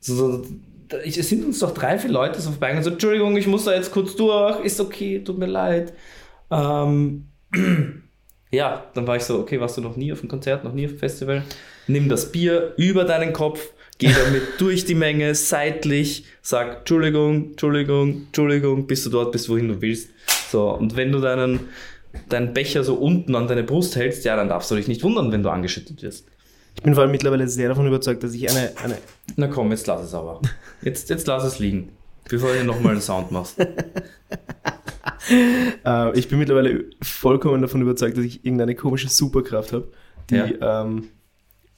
S2: So, so, da- ich, es sind uns doch drei, vier Leute so vorbeigegangen, so, Entschuldigung, ich muss da jetzt kurz durch, ist okay, tut mir leid. Ähm, ja, dann war ich so, okay, warst du noch nie auf einem Konzert, noch nie auf einem Festival? Nimm das Bier über deinen Kopf, geh damit durch die Menge, seitlich, sag Entschuldigung, Entschuldigung, Entschuldigung, bis du dort bist, wohin du willst. So, und wenn du deinen, deinen Becher so unten an deine Brust hältst, ja, dann darfst du dich nicht wundern, wenn du angeschüttet wirst.
S1: Ich bin vor allem mittlerweile sehr davon überzeugt, dass ich eine, eine
S2: Na komm, jetzt lass es aber. Jetzt, jetzt lass es liegen, bevor du nochmal einen Sound machst.
S1: Äh, ich bin mittlerweile vollkommen davon überzeugt, dass ich irgendeine komische Superkraft habe, die ähm,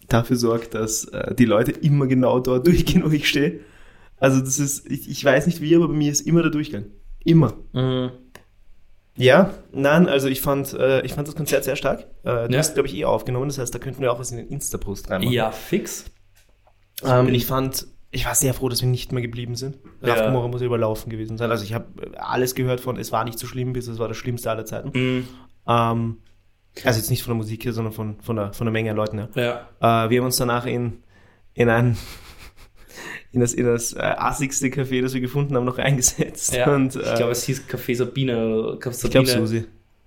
S1: dafür sorgt, dass äh, die Leute immer genau dort [LAUGHS] durchgehen, wo ich stehe. Also das ist, ich, ich weiß nicht wie, aber bei mir ist immer der Durchgang. Immer.
S2: Mhm.
S1: Ja, nein, also ich fand, äh, ich fand das Konzert sehr stark. Äh, du
S2: Ja.
S1: hast, glaube ich, eh aufgenommen. Das heißt, da könnten wir auch was in den Insta-Post reinmachen.
S2: Ja, fix.
S1: Ähm, ich fand, ich war sehr froh, dass wir nicht mehr geblieben sind.
S2: Ja.
S1: Raf Kamora muss ja überlaufen gewesen sein. Also ich habe alles gehört von, es war nicht so schlimm, bis es war das Schlimmste aller Zeiten.
S2: Mhm.
S1: Ähm, also jetzt nicht von der Musik her, sondern von, von, der, von der Menge an Leuten. Ja.
S2: Ja.
S1: Äh, wir haben uns danach in, in ein [LAUGHS] in das, in das äh, assigste Café, das wir gefunden haben, noch eingesetzt.
S2: ja.
S1: Und, äh,
S2: ich glaube, es hieß Café Sabine oder Café Sabine.
S1: ich glaube Susi.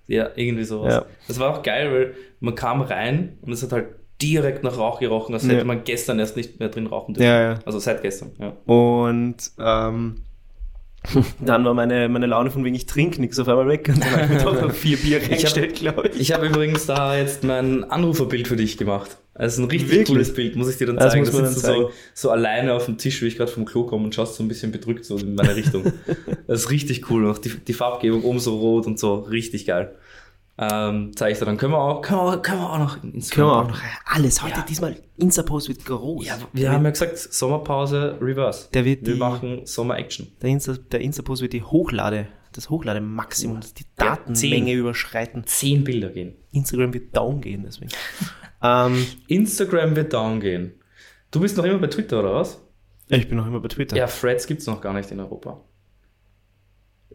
S2: Ja, irgendwie sowas.
S1: Ja.
S2: Das war auch geil, weil man kam rein und es hat halt direkt nach Rauch gerochen, als
S1: Ja.
S2: hätte man gestern erst nicht mehr drin rauchen dürfen.
S1: Ja, ja.
S2: Also seit gestern, ja.
S1: Und ähm, [LAUGHS] dann war meine, meine Laune von wegen, ich trinke nichts, auf einmal weg. Und dann habe ich mir doch noch vier Bier reingestellt, glaube ich.
S2: Ich habe übrigens da jetzt mein Anruferbild für dich gemacht. Das ist ein richtig
S1: Wirklich?
S2: cooles Bild, muss ich dir dann
S1: Das
S2: zeigen.
S1: muss
S2: Da
S1: man
S2: sitzt du
S1: dann
S2: so, so alleine auf dem Tisch, wie ich gerade vom Klo komme und schaust so ein bisschen bedrückt so
S1: [LAUGHS]
S2: in um meine Richtung. das ist richtig cool. Auch die, die Farbgebung oben so rot und so, richtig geil. Ähm, zeige ich dir dann. Können wir auch, können wir, auch- können wir auch noch ins
S1: Können wir auch noch alles. Heute diesmal Insta-Post wird groß.
S2: Genau. Ja, wir haben ja gesagt, Sommerpause, Reverse.
S1: Der wird
S2: wir
S1: die-
S2: machen Sommer-Action.
S1: Der Insta- der Insta-Post wird die Hochlade, das Hochlade-Maximum, die
S2: Ja,
S1: Datenmenge überschreiten.
S2: Zehn Bilder gehen.
S1: Instagram wird down gehen
S2: [LAUGHS]
S1: deswegen. ähm,
S2: Instagram wird down gehen. Du bist noch immer bei Twitter, oder was?
S1: ich bin noch immer bei Twitter.
S2: Ja, Threads gibt's noch gar nicht in Europa.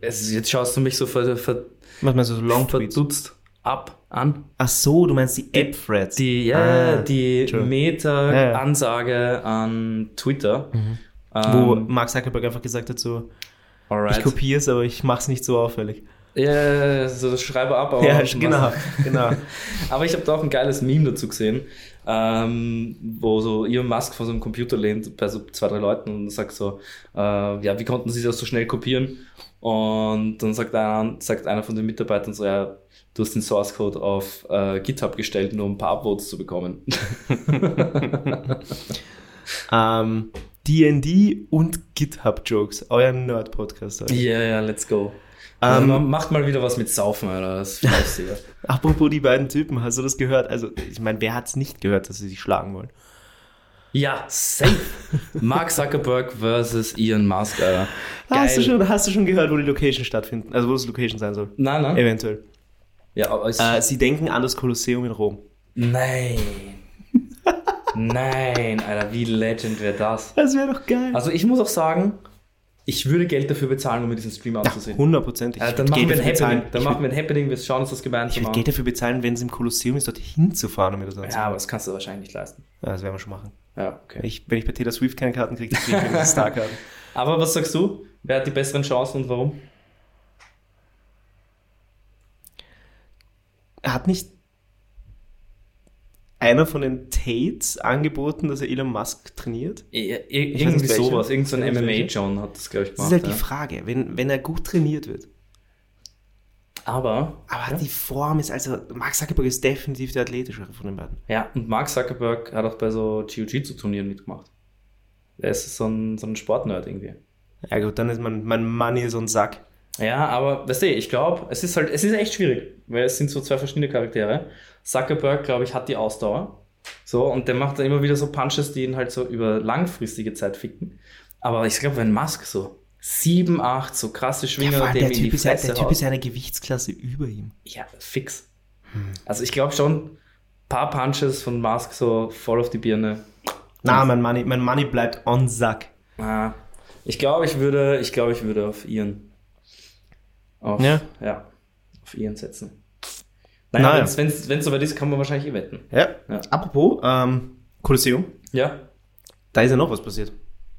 S2: Es ist, jetzt schaust du mich so ver, ver,
S1: Was meinst du, so Long Tweets?
S2: verdutzt ab an.
S1: Ach so, du meinst die App-Threads.
S2: Die, ja,
S1: Ah,
S2: die
S1: true. Ja, ja.
S2: Meta-Ansage an Twitter. Ähm,
S1: Wo Mark Zuckerberg einfach gesagt hat, so, ich
S2: alright.
S1: kopiere es, aber ich mache es nicht so auffällig.
S2: Ja, so das schreibe ab. Aber
S1: ja,
S2: mach-
S1: genau,
S2: [LAUGHS]
S1: genau.
S2: Aber ich habe da auch ein geiles Meme dazu gesehen, ähm, wo so Elon Musk vor so einem Computer lehnt bei so zwei, drei Leuten und sagt so, äh, ja, wie konnten sie das so schnell kopieren? Und dann sagt einer, sagt einer von den Mitarbeitern so, ja, du hast den Source Code auf äh, GitHub gestellt, nur um ein paar Upvotes zu [LAUGHS] bekommen.
S1: ähm, D&D und GitHub-Jokes, euer Nerd-Podcast. heute.
S2: Ja, ja, let's go.
S1: Ähm,
S2: Man macht mal wieder was mit Saufen, Alter. Das freut sich.
S1: Apropos die beiden Typen, hast du das gehört? Also, ich meine, wer hat's nicht gehört, dass sie sich schlagen wollen?
S2: [LAUGHS] ja, safe. Mark Zuckerberg versus Elon Musk, [LAUGHS] Alter.
S1: Hast du,
S2: Geil.
S1: schon, hast du schon gehört, wo die Location stattfinden? Also, wo das Location sein soll?
S2: Nein, nein.
S1: Eventuell.
S2: Ja, aber es-
S1: Äh, sie denken an das Kolosseum in Rom.
S2: Nein. Nein, Alter, wie legend wäre das?
S1: Das wäre doch geil.
S2: Also ich muss auch sagen, ich würde Geld dafür bezahlen, um mir diesen Stream anzusehen.
S1: Hundertprozentig.
S2: Äh,
S1: Ich
S2: dann
S1: würd
S2: machen
S1: Geld
S2: wir ein
S1: dafür bezahlen.
S2: Happening. Dann
S1: Ich
S2: machen wir ein Happening, wir schauen uns das gemeinsam
S1: würde
S2: an.
S1: Geld dafür bezahlen, wenn es im Kolosseum ist, dort hinzufahren, um mir das anzusehen.
S2: Ja, aber das kannst du wahrscheinlich nicht leisten.
S1: Ja, das werden wir schon machen.
S2: Ja, okay.
S1: Ich, wenn ich bei Taylor Swift keine Karten kriege, dann kriege ich
S2: [LAUGHS]
S1: wenigstens Star-Karten.
S2: Aber was sagst du? Wer hat die besseren Chancen und warum?
S1: Hat nicht einer von den Tates angeboten, dass er Elon Musk trainiert? weiß nicht,
S2: irgendwie
S1: welche.
S2: sowas. Irgend so ein
S1: Ich weiß nicht, welche.
S2: MMA-John hat das, glaube ich,
S1: Das ist
S2: gemacht.
S1: halt die
S2: ja.
S1: Frage, wenn, wenn er gut trainiert wird.
S2: Aber,
S1: Aber die Form ist, also Mark Zuckerberg ist definitiv der athletischere von den beiden.
S2: ja, und Mark Zuckerberg hat auch bei so Jiu-Jitsu-Turnieren mitgemacht. Er ist so ein, so ein Sportnerd irgendwie.
S1: Ja gut, dann ist mein, mein Money so ein Sack.
S2: Ja, aber weißt du, ich glaube, es ist halt, es ist echt schwierig, weil es sind so zwei verschiedene Charaktere. Zuckerberg, glaube ich, hat die Ausdauer. So, und der macht dann immer wieder so Punches, die ihn halt so über langfristige Zeit ficken. Aber ich glaube, wenn Musk so 7, 8, so krasse
S1: Ja,
S2: Schwinger,
S1: vor allem
S2: dem
S1: der,
S2: in die
S1: typ ist, ja-
S2: Fresse
S1: der Typ
S2: haut.
S1: ist ja eine Gewichtsklasse über ihm.
S2: Ja, fix.
S1: Hm.
S2: Also ich glaube schon, ein paar Punches von Musk so voll auf die Birne.
S1: Na, mein Money, mein Money bleibt on Sack.
S2: Ah, ich glaube, ich würde, ich glaube, ich würde auf Ian. Auf,
S1: Ja?
S2: Ja, auf Ian setzen. Naja,
S1: Naja.
S2: wenn's wenn's wenn's soweit ist, kann man wahrscheinlich eh wetten.
S1: Ja.
S2: Ja.
S1: Apropos, ähm, Kolosseum,
S2: Ja?
S1: da ist ja noch was passiert.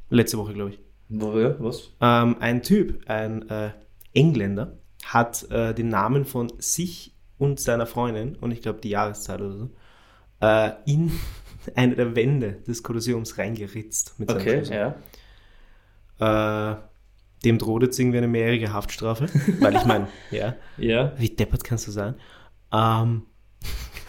S1: Letzte Woche, glaube ich.
S2: Worüber? Was?
S1: Ähm, ein Typ, ein äh, Engländer, hat äh, den Namen von sich und seiner Freundin, und ich glaube die Jahreszahl oder so, äh, in [LAUGHS] eine der Wände des Kolosseums reingeritzt. Mit seinem
S2: Okay,
S1: Schlüssel.
S2: ja.
S1: Äh, dem droht jetzt irgendwie eine mehrjährige Haftstrafe, weil ich meine, [LAUGHS] ja,
S2: Ja.
S1: wie deppert kannst du sein? Ähm,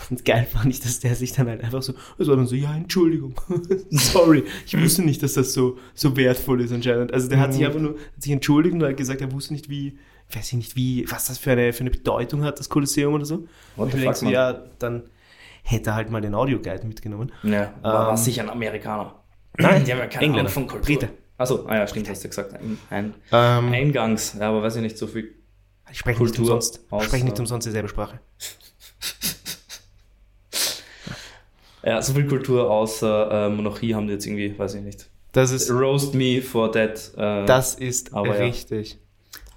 S1: und geil fand ich, dass der sich dann halt einfach so, also dann so, ja, Entschuldigung, [LAUGHS] sorry, ich wusste nicht, dass das so, so wertvoll ist anscheinend. Also der hat sich
S2: Mhm.
S1: einfach nur hat sich entschuldigt und hat gesagt, er wusste nicht, wie, weiß ich nicht, wie, was das für eine, für eine Bedeutung hat, das Kolosseum oder so.
S2: What
S1: Und ich
S2: the
S1: mir
S2: fuck,
S1: denk so,
S2: man?
S1: ja, dann hätte er halt mal den Audioguide mitgenommen.
S2: ja. War, war
S1: Ähm,
S2: sicher ein Amerikaner.
S1: Nein,
S2: Die haben ja keine
S1: Engländer,
S2: Ahnung von Kultur.
S1: Brite.
S2: Achso, ah ja, stimmt, hast du gesagt. Ein, ein
S1: Ähm,
S2: Eingangs, ja, aber weiß ich nicht, so viel.
S1: ich spreche nicht
S2: Kultur
S1: umsonst,
S2: aus-
S1: spreche nicht umsonst dieselbe Sprache.
S2: Ja, so viel Kultur außer äh, Monarchie haben die jetzt irgendwie, weiß ich nicht.
S1: Das ist,
S2: Roast me for that. Äh,
S1: das ist
S2: aber ja.
S1: richtig.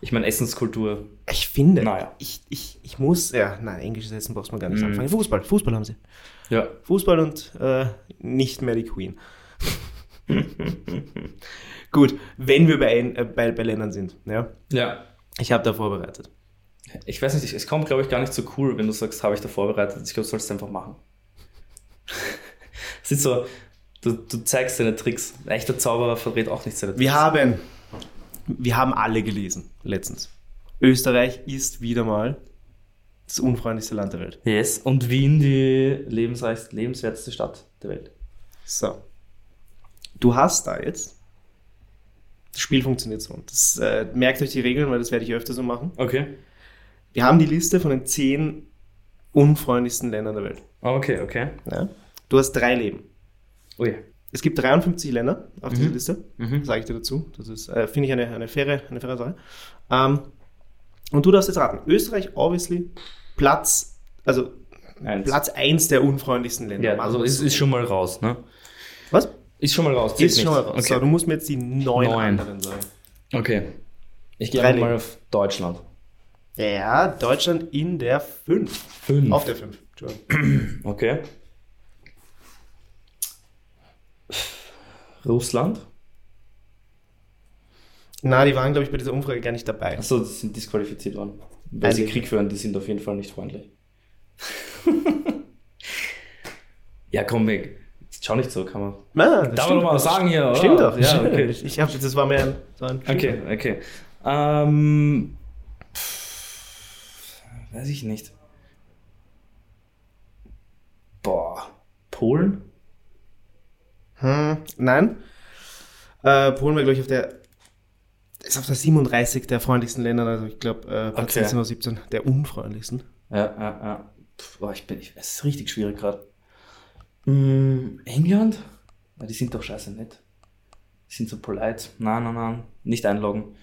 S2: Ich meine, Essenskultur.
S1: Ich finde,
S2: Naja.
S1: ich, ich, ich muss, ja, nein, englisches Essen brauchst du gar nicht
S2: Mhm.
S1: anfangen. Fußball, Fußball haben sie.
S2: Ja.
S1: Fußball und äh, nicht mehr die Queen. [LAUGHS] Gut, wenn wir bei, ein, äh, bei, bei Ländern sind, ja.
S2: Ja.
S1: Ich habe da vorbereitet.
S2: Ich weiß nicht, es kommt, glaube ich, gar nicht so cool, wenn du sagst, habe ich da vorbereitet. Ich glaube, du sollst es einfach machen. es ist so, du, du zeigst deine Tricks. Ein echter Zauberer verrät auch nicht seine Tricks.
S1: Wir haben, wir haben alle gelesen, letztens. Österreich ist wieder mal das unfreundlichste Land der Welt.
S2: Yes. Und Wien die lebensreichste, lebenswerteste Stadt der Welt.
S1: So. Du hast da jetzt. Das Spiel funktioniert so. Das äh, merkt euch die Regeln, weil das werde ich öfter so machen.
S2: Okay.
S1: Wir haben die Liste von den zehn unfreundlichsten Ländern der Welt.
S2: Ah, Okay, okay. Oh
S1: Ja? Du hast drei Leben.
S2: Ui.
S1: Es gibt 53 Länder auf dieser Liste,
S2: Mhm.
S1: sage ich dir dazu. Das ist, äh, finde ich, eine, eine, faire, eine faire Sache. Ähm, und du darfst jetzt raten. Österreich, obviously, Platz, also
S2: Eins.
S1: Platz 1 der unfreundlichsten Länder.
S2: Ja, also ist, ist schon mal raus, ne?
S1: Was?
S2: Ist schon mal raus. zählt
S1: Ist schon mal
S2: nicht.
S1: raus. So, du
S2: Okay.
S1: musst mir jetzt die neun,
S2: Neun.
S1: anderen sagen.
S2: okay. Ich gehe
S1: Drei
S2: einfach mal auf Deutschland.
S1: Ja, Deutschland in der 5.
S2: Fünf.
S1: Auf der 5.
S2: Okay. Russland?
S1: Na, die waren, glaube ich, bei dieser Umfrage gar nicht dabei.
S2: Achso, die sind disqualifiziert worden. Weil sie
S1: Einige.
S2: Krieg führen, die sind auf jeden Fall nicht freundlich. [LAUGHS] ja, komm weg. Jetzt schau nicht so, kann man.
S1: Na, das
S2: Darf man
S1: stimmt.
S2: doch mal was sagen hier, oder?
S1: Stimmt doch.
S2: Ja,
S1: stimmt.
S2: [LAUGHS] okay.
S1: Ich hab, das war mir ein, so ein
S2: Oh, Okay, okay. Ähm, pff, weiß ich nicht. Boah. Polen?
S1: Hm, nein. Äh, Polen war, glaube ich, auf der. Ist auf der 37 der freundlichsten Länder, also ich glaube, äh, Platz
S2: Okay.
S1: 16 oder 17 der unfreundlichsten.
S2: Ja, ja, ja. Pff, boah, ich bin, ich, es ist richtig schwierig gerade. Mm, England? Na, die sind doch scheiße nett. Die sind so polite. Nein, nein, nein. Nicht einloggen.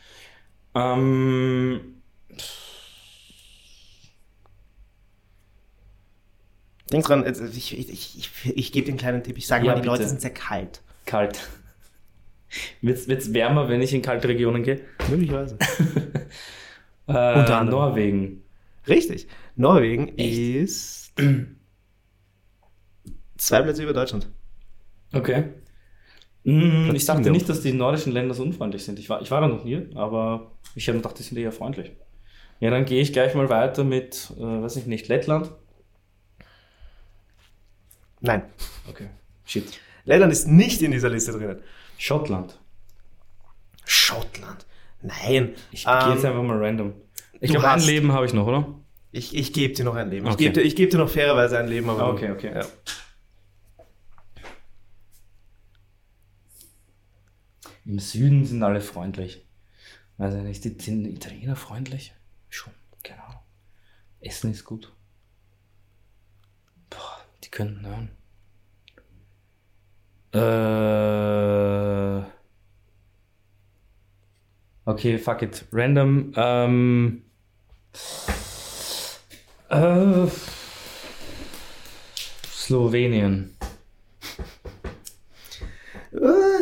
S2: Ähm,
S1: Denk dran, also ich, ich, ich, ich, ich gebe den kleinen Tipp, ich sage
S2: Ja,
S1: mal, die
S2: bitte.
S1: Leute sind sehr kalt.
S2: kalt. [LAUGHS] Wird's, wird's wärmer, wenn ich in kalte Regionen gehe?
S1: Möglicherweise. [LAUGHS]
S2: Äh,
S1: anderem.
S2: Norwegen.
S1: Richtig. Norwegen
S2: Echt? [CLEARS THROAT]
S1: ist zwei Plätze über Deutschland.
S2: Okay. Mm,
S1: Platz
S2: ich dachte
S1: sieben.
S2: nicht, dass die nordischen Länder so unfreundlich sind. Ich war, ich war da noch nie, aber ich habe gedacht, die sind eher freundlich. Ja, dann gehe ich gleich mal weiter mit, äh, weiß ich nicht, Lettland.
S1: Nein.
S2: Okay. Shit.
S1: Lettland ist nicht in dieser Liste drinnen.
S2: Schottland.
S1: Schottland. Nein.
S2: Ich gehe jetzt
S1: ähm,
S2: einfach mal random. Ich
S1: du
S2: glaube, ein
S1: hast-
S2: Leben habe ich noch, oder?
S1: ich, ich gebe dir noch ein Leben. Ich
S2: Okay.
S1: gebe dir, ich geb dir noch fairerweise ein Leben. Aber
S2: Ah, Okay, okay.
S1: Ja.
S2: Im Süden sind alle freundlich. Weiß ich nicht, die- sind Italiener freundlich? Schon, keine Ahnung. Essen ist gut. Boah, die könnten hören. Äh. Okay, fuck it. Random. Ähm. Äh. Slowenien.
S1: Äh,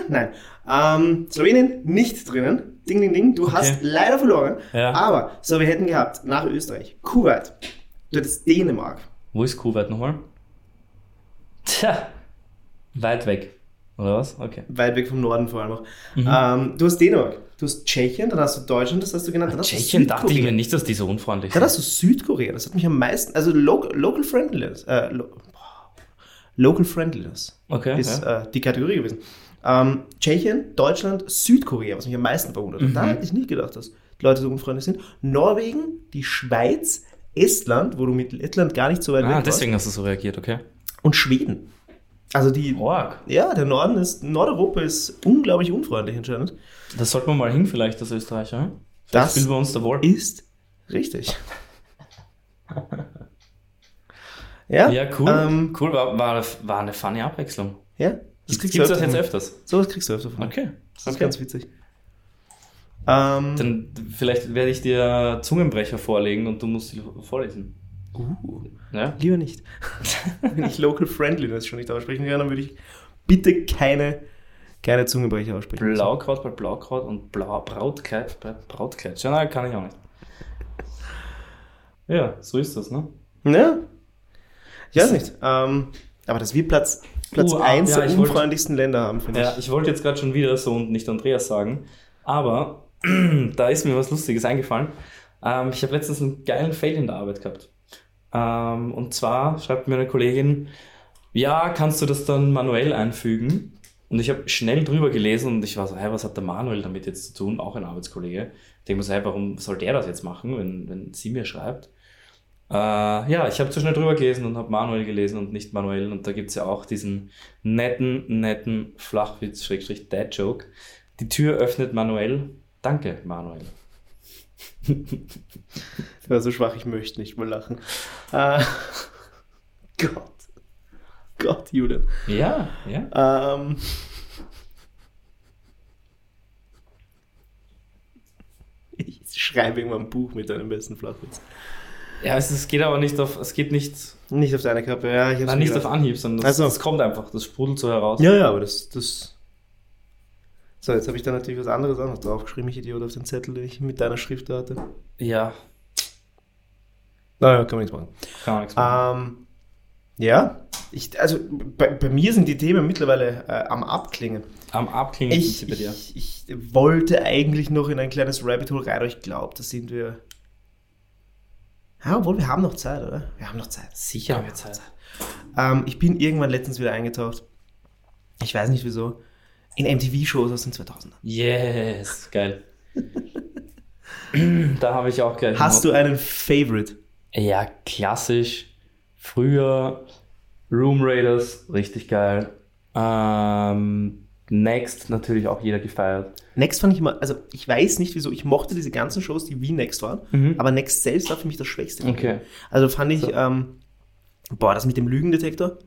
S1: nein. Ähm, Slowenien nicht drinnen. Ding, ding, ding. Du hast leider verloren.
S2: Ja.
S1: Aber, so, wir hätten gehabt, nach Österreich, Kuwait. Du hättest Dänemark.
S2: Wo ist Kuwait nochmal? Tja, weit weg. Oder was? Okay.
S1: Weit weg vom Norden vor allem auch.
S2: Mhm.
S1: Ähm, du hast Dänemark. Du hast Tschechien, dann hast du Deutschland, das hast du genannt. Dann hast du
S2: Ah, Tschechien dachte ich
S1: Südkorea.
S2: mir nicht, dass die so unfreundlich
S1: Dann
S2: sind.
S1: hast du Südkorea. Das hat mich am meisten. Also Lo Local Friendliness. Äh, lo boah. Local Friendliness
S2: Okay,
S1: ist
S2: ja.
S1: äh, die Kategorie gewesen. Ähm, Tschechien, Deutschland, Südkorea, was mich am meisten verwundert hat. Da
S2: Mhm.
S1: hätte ich nicht gedacht, dass die Leute so unfreundlich sind. Norwegen, die Schweiz, Estland, wo du mit Lettland gar nicht so weit
S2: Ah,
S1: weg warst,
S2: deswegen hast du so reagiert, okay.
S1: und Schweden. Also die.
S2: Org.
S1: Ja, der Norden ist. Nordeuropa ist unglaublich unfreundlich anscheinend.
S2: Das sollten wir mal hin, vielleicht, das Österreicher. hm?
S1: Das-
S2: fühlen wir uns da wohl.
S1: Ist
S2: [LAUGHS]
S1: richtig. Ja,
S2: Ja, cool.
S1: Ähm,
S2: cool, war, war, war eine funny Abwechslung.
S1: ja, das
S2: Gibt
S1: kriegst du
S2: es das jetzt
S1: öfter.
S2: öfters?
S1: Sowas kriegst du öfter von mir.
S2: Okay.
S1: Das ist
S2: okay.
S1: ganz witzig. Ähm,
S2: Dann vielleicht werde ich dir Zungenbrecher vorlegen und du musst sie vorlesen.
S1: uh,
S2: Ja?
S1: lieber nicht. [LAUGHS] Wenn ich Local Friendliness schon nicht aussprechen kann, dann würde ich bitte keine, keine Zungenbrecher aussprechen. müssen.
S2: Blaukraut bei Blaukraut und Blau Brautkleid bei Brautkleid. Ja, nein, kann ich auch nicht. Ja, so ist das, ne?
S1: Ja. Ich weiß nicht. Ähm, aber dass wir Platz, Platz
S2: Uh, ah,
S1: 1
S2: ja,
S1: der
S2: ich wollte-
S1: unfreundlichsten Länder haben, finde
S2: Ja,
S1: ich.
S2: ich wollte jetzt gerade schon wieder so und nicht Andreas sagen, aber [CLEARS THROAT] da ist mir was Lustiges eingefallen. Ähm, ich habe letztens einen geilen Fail in der Arbeit gehabt. Ähm, und zwar schreibt mir eine Kollegin, ja, kannst du das dann manuell einfügen? Und ich habe schnell drüber gelesen und ich war so, hä, was hat der Manuel damit jetzt zu tun? Auch ein Arbeitskollege. Ich denke mir so, hä, warum soll der das jetzt machen, wenn, wenn sie mir schreibt? Äh, ja, ich habe zu schnell drüber gelesen und habe Manuel gelesen und nicht manuell. Und da gibt es ja auch diesen netten, netten Flachwitz-Dad-Joke. Die Tür öffnet manuell. Danke, Manuel.
S1: Ich war so schwach, ich möchte nicht mehr lachen. Äh, [LAUGHS] Gott. Gott, Julian.
S2: Ja, ja.
S1: Ähm, [LAUGHS] ich schreibe irgendwann ein Buch mit deinem besten Flachwitz.
S2: Ja, es, es geht aber nicht auf, es geht nicht,
S1: Nicht auf deine Kappe, ja, ich hab's
S2: nein,
S1: mir
S2: nicht auf
S1: gedacht.
S2: Anhieb, sondern das,
S1: Ach so.
S2: das kommt einfach, das sprudelt so heraus.
S1: Ja, ja, aber das. das so, jetzt habe ich da natürlich was anderes auch noch draufgeschrieben, ich Idiot, auf den Zettel, den ich mit deiner Schrift da hatte.
S2: Ja,
S1: Naja, kann man nichts machen.
S2: kann man nichts machen.
S1: Ähm, ja, ich, also bei, bei mir sind die Themen mittlerweile äh, am Abklingen.
S2: Am Abklingen sind
S1: Ich,
S2: sie bei dir.
S1: ich, ich wollte eigentlich noch in ein kleines Rabbit Hole rein, aber ich glaube, das sind wir. Ja, obwohl wir haben noch Zeit, oder? Wir haben noch Zeit.
S2: Sicher haben wir Zeit.
S1: Ähm, ich bin irgendwann letztens wieder eingetaucht. Ich weiß nicht wieso. In MTV-Shows aus den 2000ern.
S2: Yes, geil. [CLEARS THROAT] da habe ich auch gleich.
S1: Hast du einen Favorite?
S2: Ja, klassisch. Früher Room Raiders, richtig geil. Ähm, Next natürlich auch jeder gefeiert.
S1: Next fand ich immer, also ich weiß nicht wieso, ich mochte diese ganzen Shows, die wie Next waren,
S2: Mhm.
S1: aber Next selbst war für mich das Schwächste.
S2: Okay.
S1: Also fand ich,
S2: So.
S1: ähm, boah, das mit dem Lügendetektor.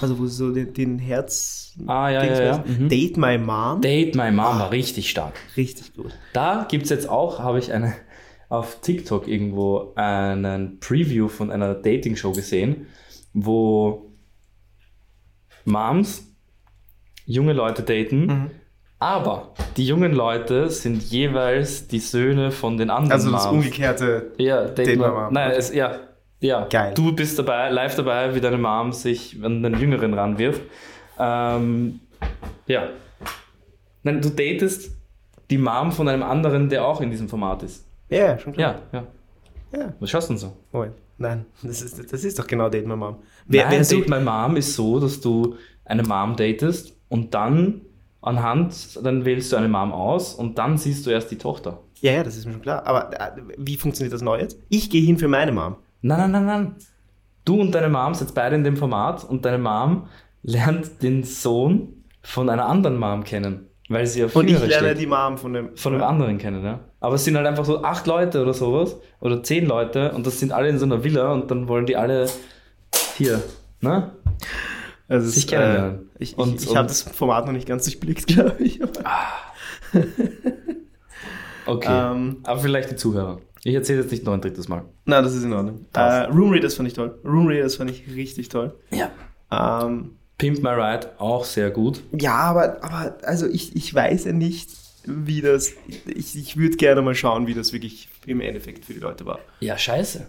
S1: Also wo sie so den, den Herz...
S2: Ah, ja,
S1: Dings
S2: ja, ja.
S1: weiß.
S2: Mhm.
S1: Date My Mom.
S2: Date My Mom war richtig stark.
S1: Richtig gut.
S2: Da gibt es jetzt auch, habe ich eine [LAUGHS] auf TikTok irgendwo einen Preview von einer Dating-Show gesehen, wo Moms junge Leute daten, aber die jungen Leute sind jeweils die Söhne von den anderen
S1: Also das
S2: Moms.
S1: umgekehrte...
S2: Ja, Date
S1: Date
S2: My
S1: My Mom.
S2: Nein, es, ja, ja.
S1: Geil.
S2: Du bist dabei, live dabei, wie deine Mom sich an den Jüngeren ranwirft. Ähm, ja. Nein, du datest die Mom von einem anderen, der auch in diesem Format ist.
S1: Ja, ja, schon klar.
S2: Ja, ja.
S1: Ja.
S2: Was schaust du denn so?
S1: Moment. Nein, das ist, das ist doch genau Date My Mom. Wer,
S2: Nein,
S1: wer
S2: Date
S1: sucht...
S2: My Mom ist so, dass du eine Mom datest und dann anhand, dann wählst du eine Mom aus und dann siehst du erst die Tochter.
S1: Ja, ja, das ist mir schon klar. Aber äh, wie funktioniert das neu jetzt? Ich gehe hin für meine Mom.
S2: Nein, nein, nein, nein. Du und deine Mom sitzt beide in dem Format und deine Mom lernt den Sohn von einer anderen Mom kennen, weil sie auf
S1: Und ich
S2: Jüngere
S1: lerne
S2: steht.
S1: die Mom von dem...
S2: von einem anderen kennen, ja. Aber es sind halt einfach so acht Leute oder sowas oder zehn Leute und das sind alle in so einer Villa und dann wollen die alle hier, ne?
S1: Also
S2: Sich
S1: es,
S2: kennenlernen.
S1: Äh, ich ich,
S2: Und-
S1: ich
S2: und- Ah,
S1: habe das Format noch nicht ganz durchblickt, [LAUGHS] glaube ich. Aber,
S2: Okay.
S1: ähm,
S2: Aber vielleicht die Zuhörer. Ich erzähle jetzt nicht noch ein drittes Mal.
S1: na, das ist in Ordnung. Äh,
S2: Passt.
S1: Room Raiders fand ich toll. Room Raiders fand ich richtig toll.
S2: Ja.
S1: Ähm,
S2: Pimp My Ride auch sehr gut.
S1: ja, aber, aber also ich, ich weiß ja nicht, wie das. Ich, ich würde gerne mal schauen, wie das wirklich im Endeffekt für die Leute war.
S2: Ja, scheiße.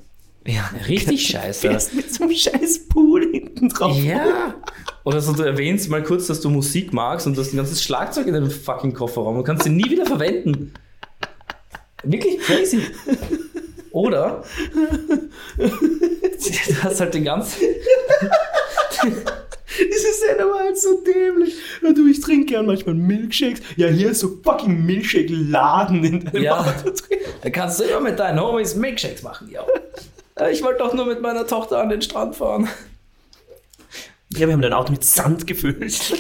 S2: Ja, [LAUGHS] richtig scheiße.
S1: Fährst mit so einem scheiß Pool hinten drauf.
S2: Ja. Oder so, du erwähnst mal kurz, dass du Musik magst und du hast ein ganzes Schlagzeug in deinem fucking Kofferraum und kannst sie nie wieder verwenden. Wirklich crazy. Oder du hast halt den ganzen.
S1: Diese Sendung war halt so dämlich. Ja, du, ich trinke gern manchmal Milkshakes. Ja, hier ist so fucking Milkshake-Laden in deinem
S2: Ja.
S1: Auto drin.
S2: Da kannst du immer mit deinen Homies Milkshakes machen, ja. Äh, Ich wollte doch nur mit meiner Tochter an den Strand fahren.
S1: Ja, wir haben dein Auto mit Sand gefüllt. [LAUGHS]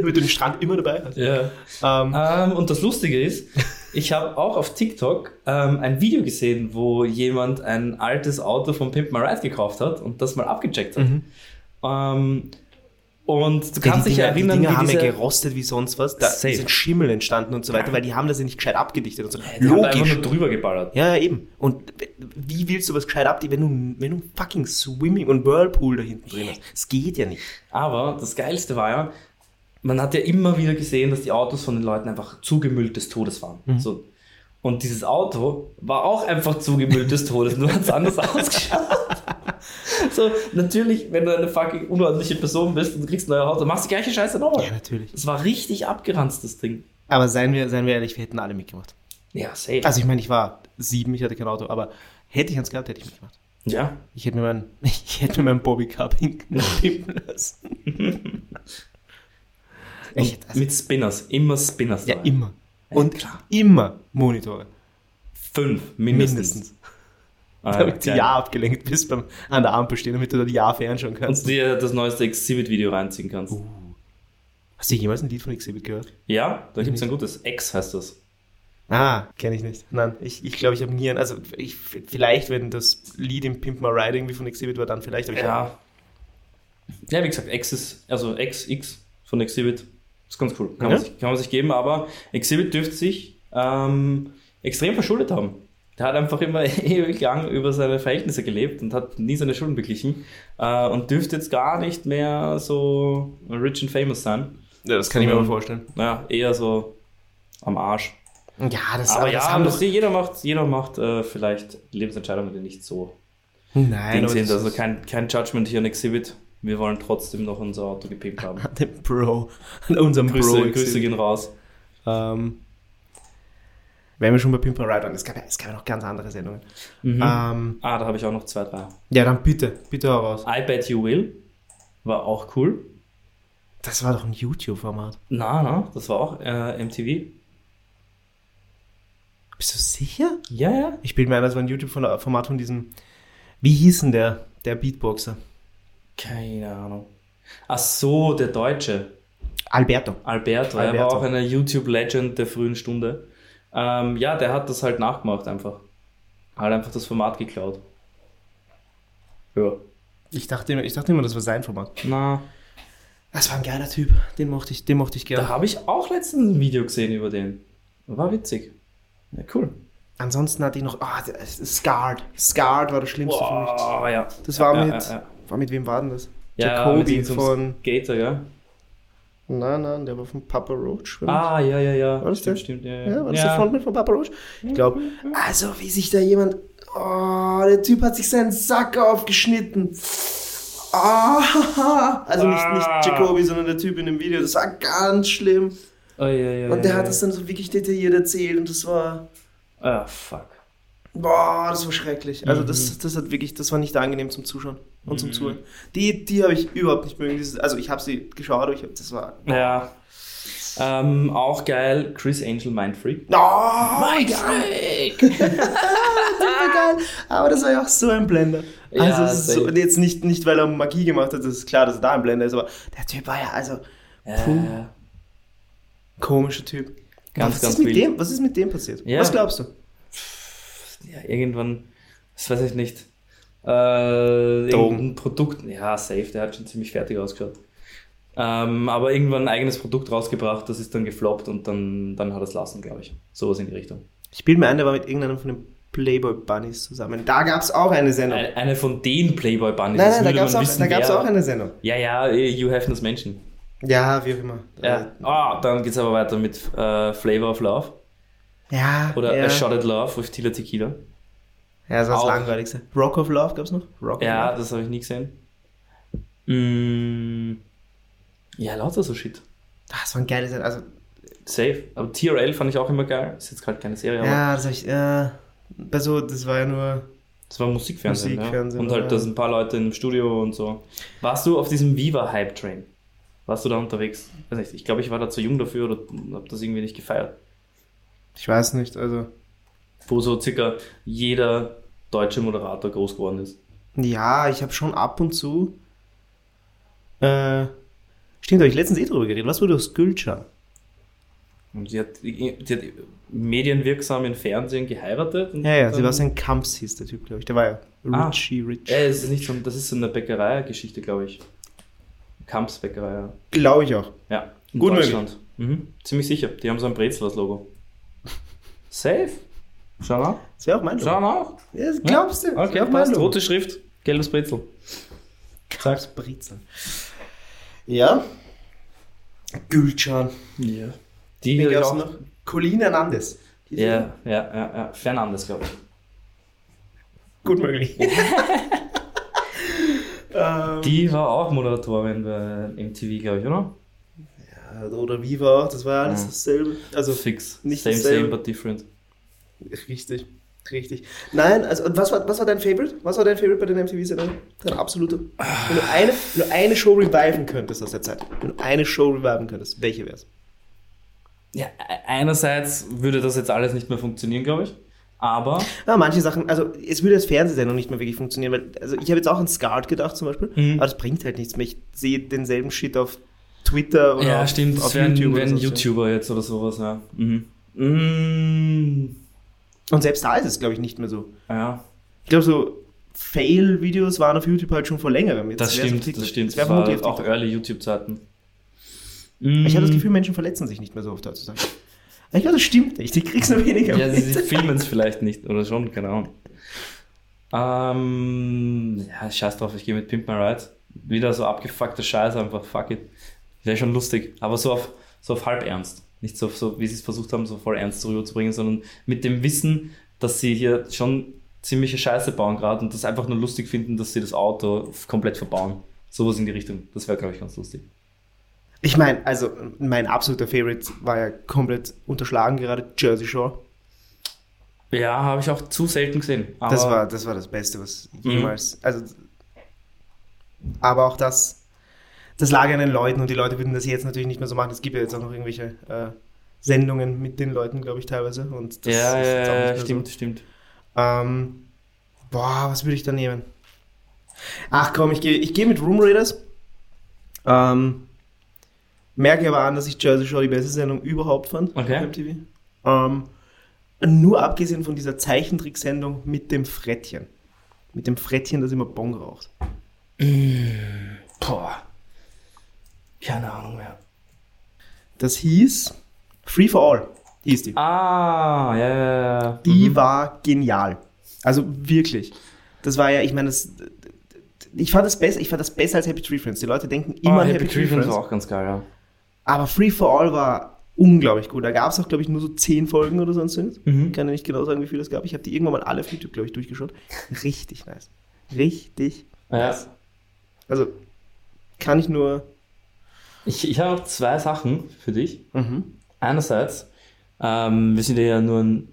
S1: Damit du den Strand immer dabei hast.
S2: Ja.
S1: Ähm,
S2: Ähm, und das Lustige ist, ich habe auch auf TikTok ähm, ein Video gesehen, wo jemand ein altes Auto von Pimp My Ride gekauft hat und das mal abgecheckt hat. Ähm, und du kannst
S1: Mhm. Ah, die
S2: dich
S1: Dinger,
S2: ja erinnern,
S1: die Dinger
S2: wie
S1: haben ja
S2: diese,
S1: gerostet wie sonst was. Da
S2: Safe.
S1: sind Schimmel entstanden und so weiter, weil die haben das ja nicht gescheit abgedichtet und so.
S2: die haben da einfach nur drüber geballert.
S1: Ja, ja, eben. Und wie willst du was gescheit abdichten, wenn du, wenn du fucking Swimming und Whirlpool da hinten drin hast? Es geht ja nicht.
S2: Aber das Geilste war ja, man hat ja immer wieder gesehen, dass die Autos von den Leuten einfach zugemüllt des Todes waren.
S1: Mhm.
S2: So. Und dieses Auto war auch einfach zugemüllt des Todes, nur hat
S1: [LAUGHS]
S2: es anders ausgeschaut. so, natürlich, wenn du eine fucking unordentliche Person bist und du kriegst ein neues Auto, machst du die gleiche Scheiße
S1: Ja,
S2: nochmal.
S1: natürlich.
S2: Es war richtig abgeranzt, das Ding.
S1: Aber seien wir, seien wir ehrlich, wir hätten alle mitgemacht.
S2: Ja, safe.
S1: Also ich meine, ich war sieben, ich hatte kein Auto, aber hätte ich eins gehabt, hätte ich mitgemacht.
S2: ja.
S1: Ich hätte mir meinen, [LAUGHS] ich hätte mir meinen Bobby Cup hinten pimpen lassen. [LAUGHS] ich hätte, also,
S2: Mit Spinners, immer Spinners.
S1: ja,
S2: dabei.
S1: immer. Und
S2: klar.
S1: immer Monitore.
S2: Fünf, mindestens.
S1: Mindestens.
S2: Ah,
S1: Damit du
S2: geil.
S1: ja abgelenkt bist beim, an der Ampel stehen, damit du da die Ja fernschauen
S2: Und
S1: kannst.
S2: dir das neueste Exhibit-Video reinziehen kannst.
S1: Oh. Hast du jemals ein Lied von Exhibit gehört?
S2: Ja, da gibt es ein gutes. X heißt das.
S1: Ah, kenne ich nicht. Nein, ich glaube, ich, glaub, ich habe nie einen. Also, ich, vielleicht, wenn das Lied im Pimp My Ride irgendwie von Exhibit war, dann vielleicht. Aber ich hab-
S2: Ja. Ja, wie gesagt, X ist, also XX von Exhibit ist ganz cool. Kann,
S1: Ja.
S2: man, sich, kann man sich geben, aber Exhibit dürfte sich ähm, extrem verschuldet haben. Der hat einfach immer [LAUGHS] ewig lang über seine Verhältnisse gelebt und hat nie seine Schulden beglichen äh, und dürfte jetzt gar nicht mehr so rich and famous sein.
S1: ja, das kann ich mir
S2: Ähm,
S1: mal vorstellen.
S2: Naja, eher so am Arsch.
S1: Ja, das,
S2: Aber, ja,
S1: das haben
S2: das
S1: doch.
S2: jeder macht, jeder macht äh, vielleicht Lebensentscheidungen, die nicht so
S1: Nein,
S2: Ding
S1: aber
S2: sind.
S1: das-
S2: Also kein, kein Judgment hier an Exhibit. Wir wollen trotzdem noch unser Auto gepimpt haben.
S1: an dem Bro, an unserem [LAUGHS] Bro.
S2: Grüße, Grüße
S1: Exhibit.
S2: gehen raus.
S1: Ähm, wenn wir schon bei Pimper Ride waren, es gab, ja, es gab ja noch ganz andere Sendungen.
S2: Ah.
S1: Ähm,
S2: Ah, da habe ich auch noch zwei, drei.
S1: ja, dann bitte, bitte hau raus.
S2: I Bet You Will war auch cool.
S1: Das war doch ein YouTube-Format.
S2: Na, na, das war auch äh, MTV.
S1: Bist du sicher?
S2: Ja, ja.
S1: Ich bilde mir ein, das war ein YouTube-Format von diesem. Wie hieß denn der, der Beatboxer?
S2: Keine Ahnung. Ach so, der Deutsche.
S1: Alberto.
S2: Alberto. Er war
S1: Alberto.
S2: auch eine YouTube-Legend der frühen Stunde. Ähm, ja, der hat das halt nachgemacht einfach. Hat einfach das Format geklaut. Ja.
S1: Ich dachte, immer, ich dachte immer, das war sein Format.
S2: Na,
S1: Das war ein geiler Typ. Den mochte ich, den mochte ich
S2: Da
S1: gerne.
S2: habe ich auch letztens ein Video gesehen über den. War witzig. Ja, cool.
S1: Ansonsten hatte ich noch. ah, der- Scarred. Scarred war das Schlimmste für
S2: Boah, ja.
S1: mich. Das war
S2: Ja,
S1: mit.
S2: ja, ja.
S1: War mit wem war denn das?
S2: Ja, mit
S1: Jacoby
S2: diesem
S1: von.
S2: Skater, ja.
S1: Nein, nein, der war von Papa Roach. wenn
S2: Ah, ja, ja, ja.
S1: War das
S2: stimmt,
S1: der?
S2: stimmt. Ja,
S1: ich-
S2: ja.
S1: ja, war das
S2: ja.
S1: der Frontman von Papa Roach? Ich glaube, also wie sich da jemand... Oh, der Typ hat sich seinen Sack aufgeschnitten. Ah, also nicht, nicht
S2: Ah.
S1: Jacobi, sondern der Typ in dem Video. Das war ganz schlimm.
S2: Oh, ja, ja,
S1: Und der
S2: ja,
S1: hat
S2: ja.
S1: das dann so wirklich detailliert erzählt und das war...
S2: Ah, fuck.
S1: Boah, das war schrecklich. Also
S2: Mhm.
S1: das, das hat wirklich, das war nicht angenehm zum Zuschauen und zum Zuhören. Die, die habe ich überhaupt nicht mögen. Dieses- Also ich habe sie geschaut, aber ich hab, das war...
S2: Ja. Ähm, auch geil, Chris Angel Mindfreak.
S1: Oh,
S2: Mindfreak!
S1: Egal. Aber das war ja auch so ein Blender.
S2: Ja,
S1: also es ist so,
S2: safe.
S1: und jetzt nicht, nicht, weil er Magie gemacht hat, das ist klar, dass er da ein Blender ist, aber der Typ war ja, also,
S2: Äh,
S1: komischer Typ.
S2: Ganz,
S1: was,
S2: ganz
S1: ist mit
S2: wild.
S1: dem, was ist mit dem passiert?
S2: Ja.
S1: Was glaubst du?
S2: ja, irgendwann, das weiß ich nicht. Äh,
S1: Drogen.
S2: irgendein Produkt, ja, safe, der hat schon ziemlich fertig ausgeschaut. Ähm, aber irgendwann ein eigenes Produkt rausgebracht, das ist dann gefloppt und dann, dann hat er es lassen, glaube ich. Sowas in die Richtung.
S1: Ich bilde mir ein, der war mit irgendeinem von den Playboy Bunnies zusammen. Da gab es auch eine Sendung. Äh,
S2: Eine, eine von den Playboy Bunnies.
S1: nein,
S2: das
S1: nein, da
S2: würde
S1: gab es
S2: man
S1: auch,
S2: wissen,
S1: da gab's
S2: wer-
S1: auch eine Sendung.
S2: Ja, ja, eh, You Have No Menschen.
S1: Ja, wie auch immer.
S2: Ja. Ah, dann geht's aber weiter mit äh, Flavor of Love
S1: ja
S2: oder
S1: ja.
S2: A Shot at Love with Tila Tequila.
S1: Ja, das war das
S2: Auch.
S1: Langweiligste. Rock of Love gab es noch? Rock
S2: Ja,
S1: of
S2: das habe ich nie gesehen. Mm, ja, lauter so Shit.
S1: Love. Das war ein geiles Sendung. Also,
S2: Safe. Aber TRL fand ich auch immer geil. Ist jetzt gerade keine Serie, aber
S1: ja, das hab ich. Äh, also, das war ja nur.
S2: es war Musikfernsehen.
S1: Musikfernsehen,
S2: ja. Und halt,
S1: ja.
S2: da sind ein paar Leute im Studio und so. Warst du auf diesem Viva-Hype-Train? Warst du da unterwegs? Weiß nicht, ich glaube, ich war da zu jung dafür oder habe das irgendwie nicht gefeiert.
S1: Ich weiß nicht, also.
S2: Wo so circa jeder deutsche Moderator groß geworden ist.
S1: Ja, ich habe schon ab und zu. Äh, stimmt, habe ich letztens eh drüber geredet. Was wurde aus Gülcan?
S2: Und sie hat, die hat medienwirksam im Fernsehen geheiratet. und
S1: Ja, ja,
S2: dann-
S1: Sebastian Kamps hieß der Typ, glaube ich. Der war ja
S2: Ähm. Ah.
S1: Richie Rich.
S2: Äh, es ist nicht so, das ist so eine Bäckerei-Geschichte, glaube ich. Kampfsbäckerei, ja.
S1: Glaube ich auch.
S2: Ja, in
S1: Gut
S2: Deutschland. Mhm. Ziemlich sicher. Die haben so ein Brezlers-Logo. [LAUGHS] Safe. Schau nach.
S1: Das wäre auch mein
S2: Schau
S1: Logo.
S2: nach.
S1: Ja, das glaubst du? Das
S2: Okay,
S1: wäre auch mein
S2: passt.
S1: Logo.
S2: Rote Schrift, gelbes Brezel.
S1: Kamps Brezel. Ja. Gülcan.
S2: Ja. Die
S1: Wen
S2: hier
S1: gab's
S2: auch.
S1: noch? Colin Hernandez.
S2: Ja, ja, ja, ja. Fernandes, glaube ich.
S1: Gut möglich.
S2: Oh.
S1: ähm,
S2: Die war auch Moderatorin bei MTV, glaube ich, oder?
S1: [LAUGHS] oder Viva, das war ja alles
S2: Ja.
S1: dasselbe. Also
S2: Fix.
S1: nicht
S2: same,
S1: dasselbe.
S2: same, but different.
S1: Richtig, richtig. Nein, also und was war, was war dein Favorite? Was war dein Favorite bei den MTV-Sendungen? Dein absoluter. Wenn du eine, nur eine Show reviven könntest aus der Zeit, wenn du eine Show reviven könntest, welche wär's?
S2: Ja, e- einerseits würde das jetzt alles nicht mehr funktionieren, glaube ich. Aber
S1: Ja, manche Sachen, also es würde als Fernsehsendung nicht mehr wirklich funktionieren, weil, also ich habe jetzt auch an Scarred gedacht zum Beispiel,
S2: Mhm.
S1: aber das bringt halt nichts mehr. Ich sehe denselben Shit auf Twitter oder
S2: ja,
S1: auf,
S2: stimmt,
S1: auf
S2: es wären,
S1: YouTube.
S2: wären
S1: so.
S2: YouTuber jetzt oder sowas, ja. Mhm. Mm,
S1: Und selbst da ist es, glaube ich, nicht mehr so.
S2: ja.
S1: Ich glaube, so Fail-Videos waren auf YouTube halt schon vor längerem. Jetzt
S2: Das
S1: wär's auf
S2: stimmt,
S1: TikTok.
S2: das stimmt.
S1: Jetzt wär
S2: Das war
S1: vermutlich auf
S2: auch
S1: TikTok.
S2: early YouTube-Zeiten.
S1: Ich
S2: Mhm.
S1: habe das Gefühl, Menschen verletzen sich nicht mehr so oft heutzutage. Ich glaube, das stimmt nicht. Die kriegst nur weniger
S2: Mm, Ja, sie,
S1: mit. [LAUGHS]
S2: sie filmen es vielleicht nicht oder schon, keine Ahnung. Ähm, ja, scheiß drauf, ich gehe mit Pimp My Ride. Wieder so abgefuckte Scheiße, einfach fuck it. Wäre schon lustig, aber so auf, so auf halb ernst. Nicht so, so wie sie es versucht haben, so voll ernst rüberzubringen, sondern mit dem Wissen, dass sie hier schon ziemliche Scheiße bauen gerade und das einfach nur lustig finden, dass sie das Auto f- komplett verbauen. Sowas in die Richtung. Das wäre, glaube ich, ganz lustig.
S1: Ich meine, also mein absoluter Favorite war ja komplett unterschlagen gerade Jersey Shore.
S2: Ja, habe ich auch zu selten gesehen. Aber
S1: Das war, das war das Beste, was
S2: Mhm.
S1: jemals. Also, aber auch das, das lag an den Leuten und die Leute würden das jetzt natürlich nicht mehr so machen. Es gibt ja jetzt auch noch irgendwelche äh, Sendungen mit den Leuten, glaube ich, teilweise. Und das
S2: ja,
S1: ist
S2: ja,
S1: jetzt auch nicht
S2: ja,
S1: mehr
S2: stimmt, stimmt.
S1: So. Ähm, boah, was würde ich da nehmen? Ach komm, ich gehe ich geh mit Room Raiders. Ähm, merke aber an, dass ich Jersey Shore die beste Sendung überhaupt fand
S2: Okay.
S1: auf MTV. Ähm, nur abgesehen von dieser Zeichentricksendung mit dem Frettchen. Mit dem Frettchen, das immer Bon raucht.
S2: Boah. Keine Ahnung mehr.
S1: Das hieß Free for All, hieß die.
S2: Ah, ja, ja, ja.
S1: Die
S2: Mhm.
S1: war genial. Also wirklich. Das war ja, ich meine, das. Ich fand das besser, ich fand das besser als Happy Tree Friends. Die Leute denken
S2: Oh,
S1: immer an
S2: Happy Tree Friends war auch ganz geil, ja.
S1: Aber Free for All war unglaublich gut. Da gab es auch, glaube ich, nur so zehn Folgen oder sonst irgendwas.
S2: Mhm.
S1: Ich kann ja nicht genau sagen, wie viel es gab. Ich habe die irgendwann mal alle auf YouTube, glaube ich, durchgeschaut. Richtig nice. Richtig
S2: Ja.
S1: nice. Also, kann ich nur.
S2: Ich, ich habe zwei Sachen für dich.
S1: Mhm.
S2: Einerseits, ähm, wir sind ja nur ein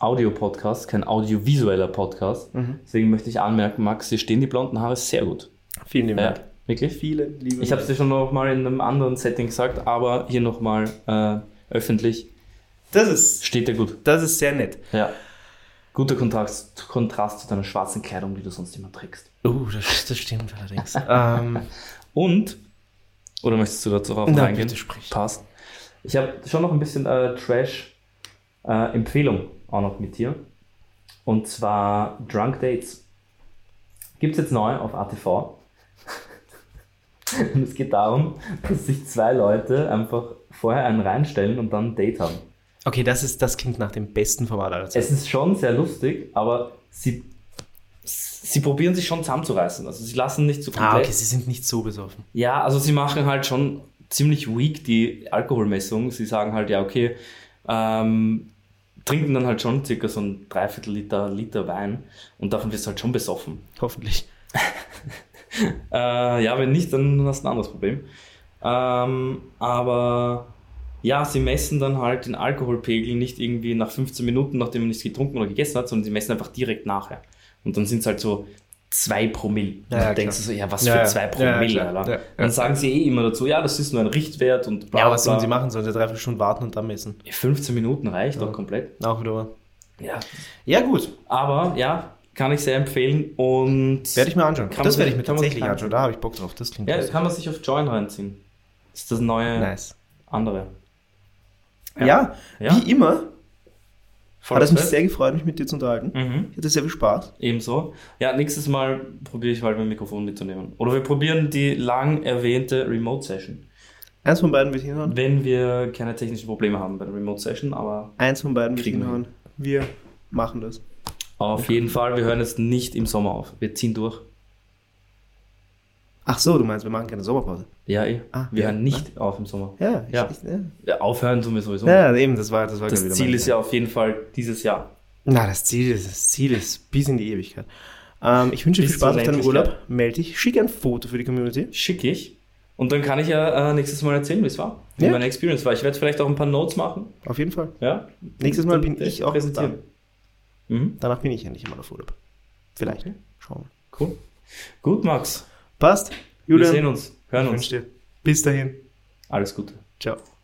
S2: Audio-Podcast, kein audiovisueller Podcast.
S1: Mhm.
S2: Deswegen möchte ich anmerken, Max, dir stehen die blonden Haare sehr gut.
S1: Vielen lieben
S2: Ja,
S1: Dank.
S2: wirklich?
S1: Viele liebe
S2: Ich habe es dir schon noch mal in einem anderen Setting gesagt, aber hier nochmal äh, öffentlich
S1: Das ist,
S2: steht dir gut.
S1: das ist sehr nett.
S2: Ja. Guter Kontrast, Kontrast zu deiner schwarzen Kleidung, die du sonst immer trägst.
S1: Oh, das, das stimmt [LAUGHS] allerdings. ähm,
S2: Und, oder möchtest du dazu auch
S1: Nein,
S2: reingehen?
S1: bitte sprich.
S2: Passt. Ich habe schon noch ein bisschen äh, Trash-Empfehlung auch noch mit dir. Und zwar Drunk Dates. Gibt es jetzt neu auf ATV. [LAUGHS] und es geht darum, dass sich zwei Leute einfach vorher einen reinstellen und dann ein Date haben.
S1: okay, das, ist, das klingt nach dem besten Format aller Zeiten.
S2: Es ist schon sehr lustig, aber sie, sie probieren sich schon zusammenzureißen. Also sie lassen nicht zu
S1: Ah,
S2: komplett.
S1: okay, sie sind nicht so besoffen.
S2: Ja, also sie machen halt schon ziemlich weak die Alkoholmessung. Sie sagen halt, ja, okay, ähm, trinken dann halt schon circa so ein Dreiviertel Liter, Liter Wein und davon wirst du halt schon besoffen.
S1: Hoffentlich.
S2: Äh, ja, wenn nicht, dann hast du ein anderes Problem. Ähm, aber ja, sie messen dann halt den Alkoholpegel nicht irgendwie nach 15 Minuten, nachdem man nichts getrunken oder gegessen hat, sondern sie messen einfach direkt nachher. Und dann sind es halt so 2 Promille.
S1: Ja,
S2: und
S1: ja,
S2: dann denkst du
S1: klar.
S2: so, ja, was
S1: Ja,
S2: für
S1: ja.
S2: 2
S1: Ja, ja,
S2: Promille,
S1: klar.
S2: Alter.
S1: Ja, ja.
S2: Dann sagen sie eh immer dazu, ja, das ist nur ein Richtwert und bla
S1: Ja, was
S2: bla.
S1: sollen sie machen? Sollen sie Dreiviertel Stunden warten und dann messen?
S2: 15 Minuten reicht doch komplett.
S1: Auch wieder mal.
S2: Ja.
S1: Ja, gut.
S2: Aber ja, kann ich sehr empfehlen und
S1: Werde ich mir anschauen.
S2: Kann
S1: das
S2: man-
S1: werde ich mir
S2: kann man-
S1: tatsächlich
S2: kann-
S1: anschauen. Da habe ich Bock drauf. Das klingt
S2: ja,
S1: nice.
S2: kann man sich auf Join reinziehen. Das ist das neue
S1: nice.
S2: andere.
S1: Ja,
S2: Ja.
S1: wie immer
S2: Voll
S1: hat es mich
S2: cool.
S1: sehr gefreut, mich mit dir zu unterhalten.
S2: Mhm.
S1: Ich hatte sehr viel Spaß.
S2: Ebenso. Ja, nächstes Mal probiere ich mal mein Mikrofon mitzunehmen. Oder wir probieren die lang erwähnte Remote Session.
S1: Eins von beiden wird hinhauen.
S2: Wenn wir keine technischen Probleme haben bei der Remote Session, aber
S1: Eins von beiden wird
S2: Kriegen wir
S1: hinhauen. Wir machen das.
S2: auf jeden Fall, wir hören jetzt nicht im Sommer auf. Wir ziehen durch.
S1: Ach so, du meinst, wir machen keine Sommerpause.
S2: Ja, eh.
S1: Ah,
S2: wir
S1: ja.
S2: hören nicht auf im Sommer.
S1: Ja, ich,
S2: Ja.
S1: Ich, ja.
S2: Ja, aufhören tun wir sowieso.
S1: ja eben, das war, das war
S2: Das
S1: gerade wieder
S2: Ziel
S1: mein-
S2: ist ja auf jeden Fall dieses Jahr.
S1: Na, das Ziel ist, das Ziel ist bis in die Ewigkeit. Ähm, ich wünsche dir
S2: Bis
S1: viel Spaß
S2: zur
S1: auf deinem
S2: Unendlichkeit.
S1: Urlaub. Melde dich, schicke ein Foto für die Community.
S2: Schick ich. Und dann kann ich ja äh, nächstes Mal erzählen, wie es war. Wie
S1: Ja.
S2: meine Experience war. Ich werde vielleicht auch ein paar Notes machen.
S1: Auf jeden Fall.
S2: Ja.
S1: Nächstes Mal
S2: Und
S1: bin
S2: dann äh,
S1: ich auch
S2: präsentieren. Mhm.
S1: Danach bin ich endlich mal auf Urlaub. Vielleicht. ne?
S2: Okay.
S1: Schauen wir.
S2: Cool. Gut, Max.
S1: Passt.
S2: Wir
S1: Julian,
S2: sehen uns, hören
S1: ich wünsche
S2: uns.
S1: dir. Bis dahin.
S2: Alles Gute.
S1: Ciao.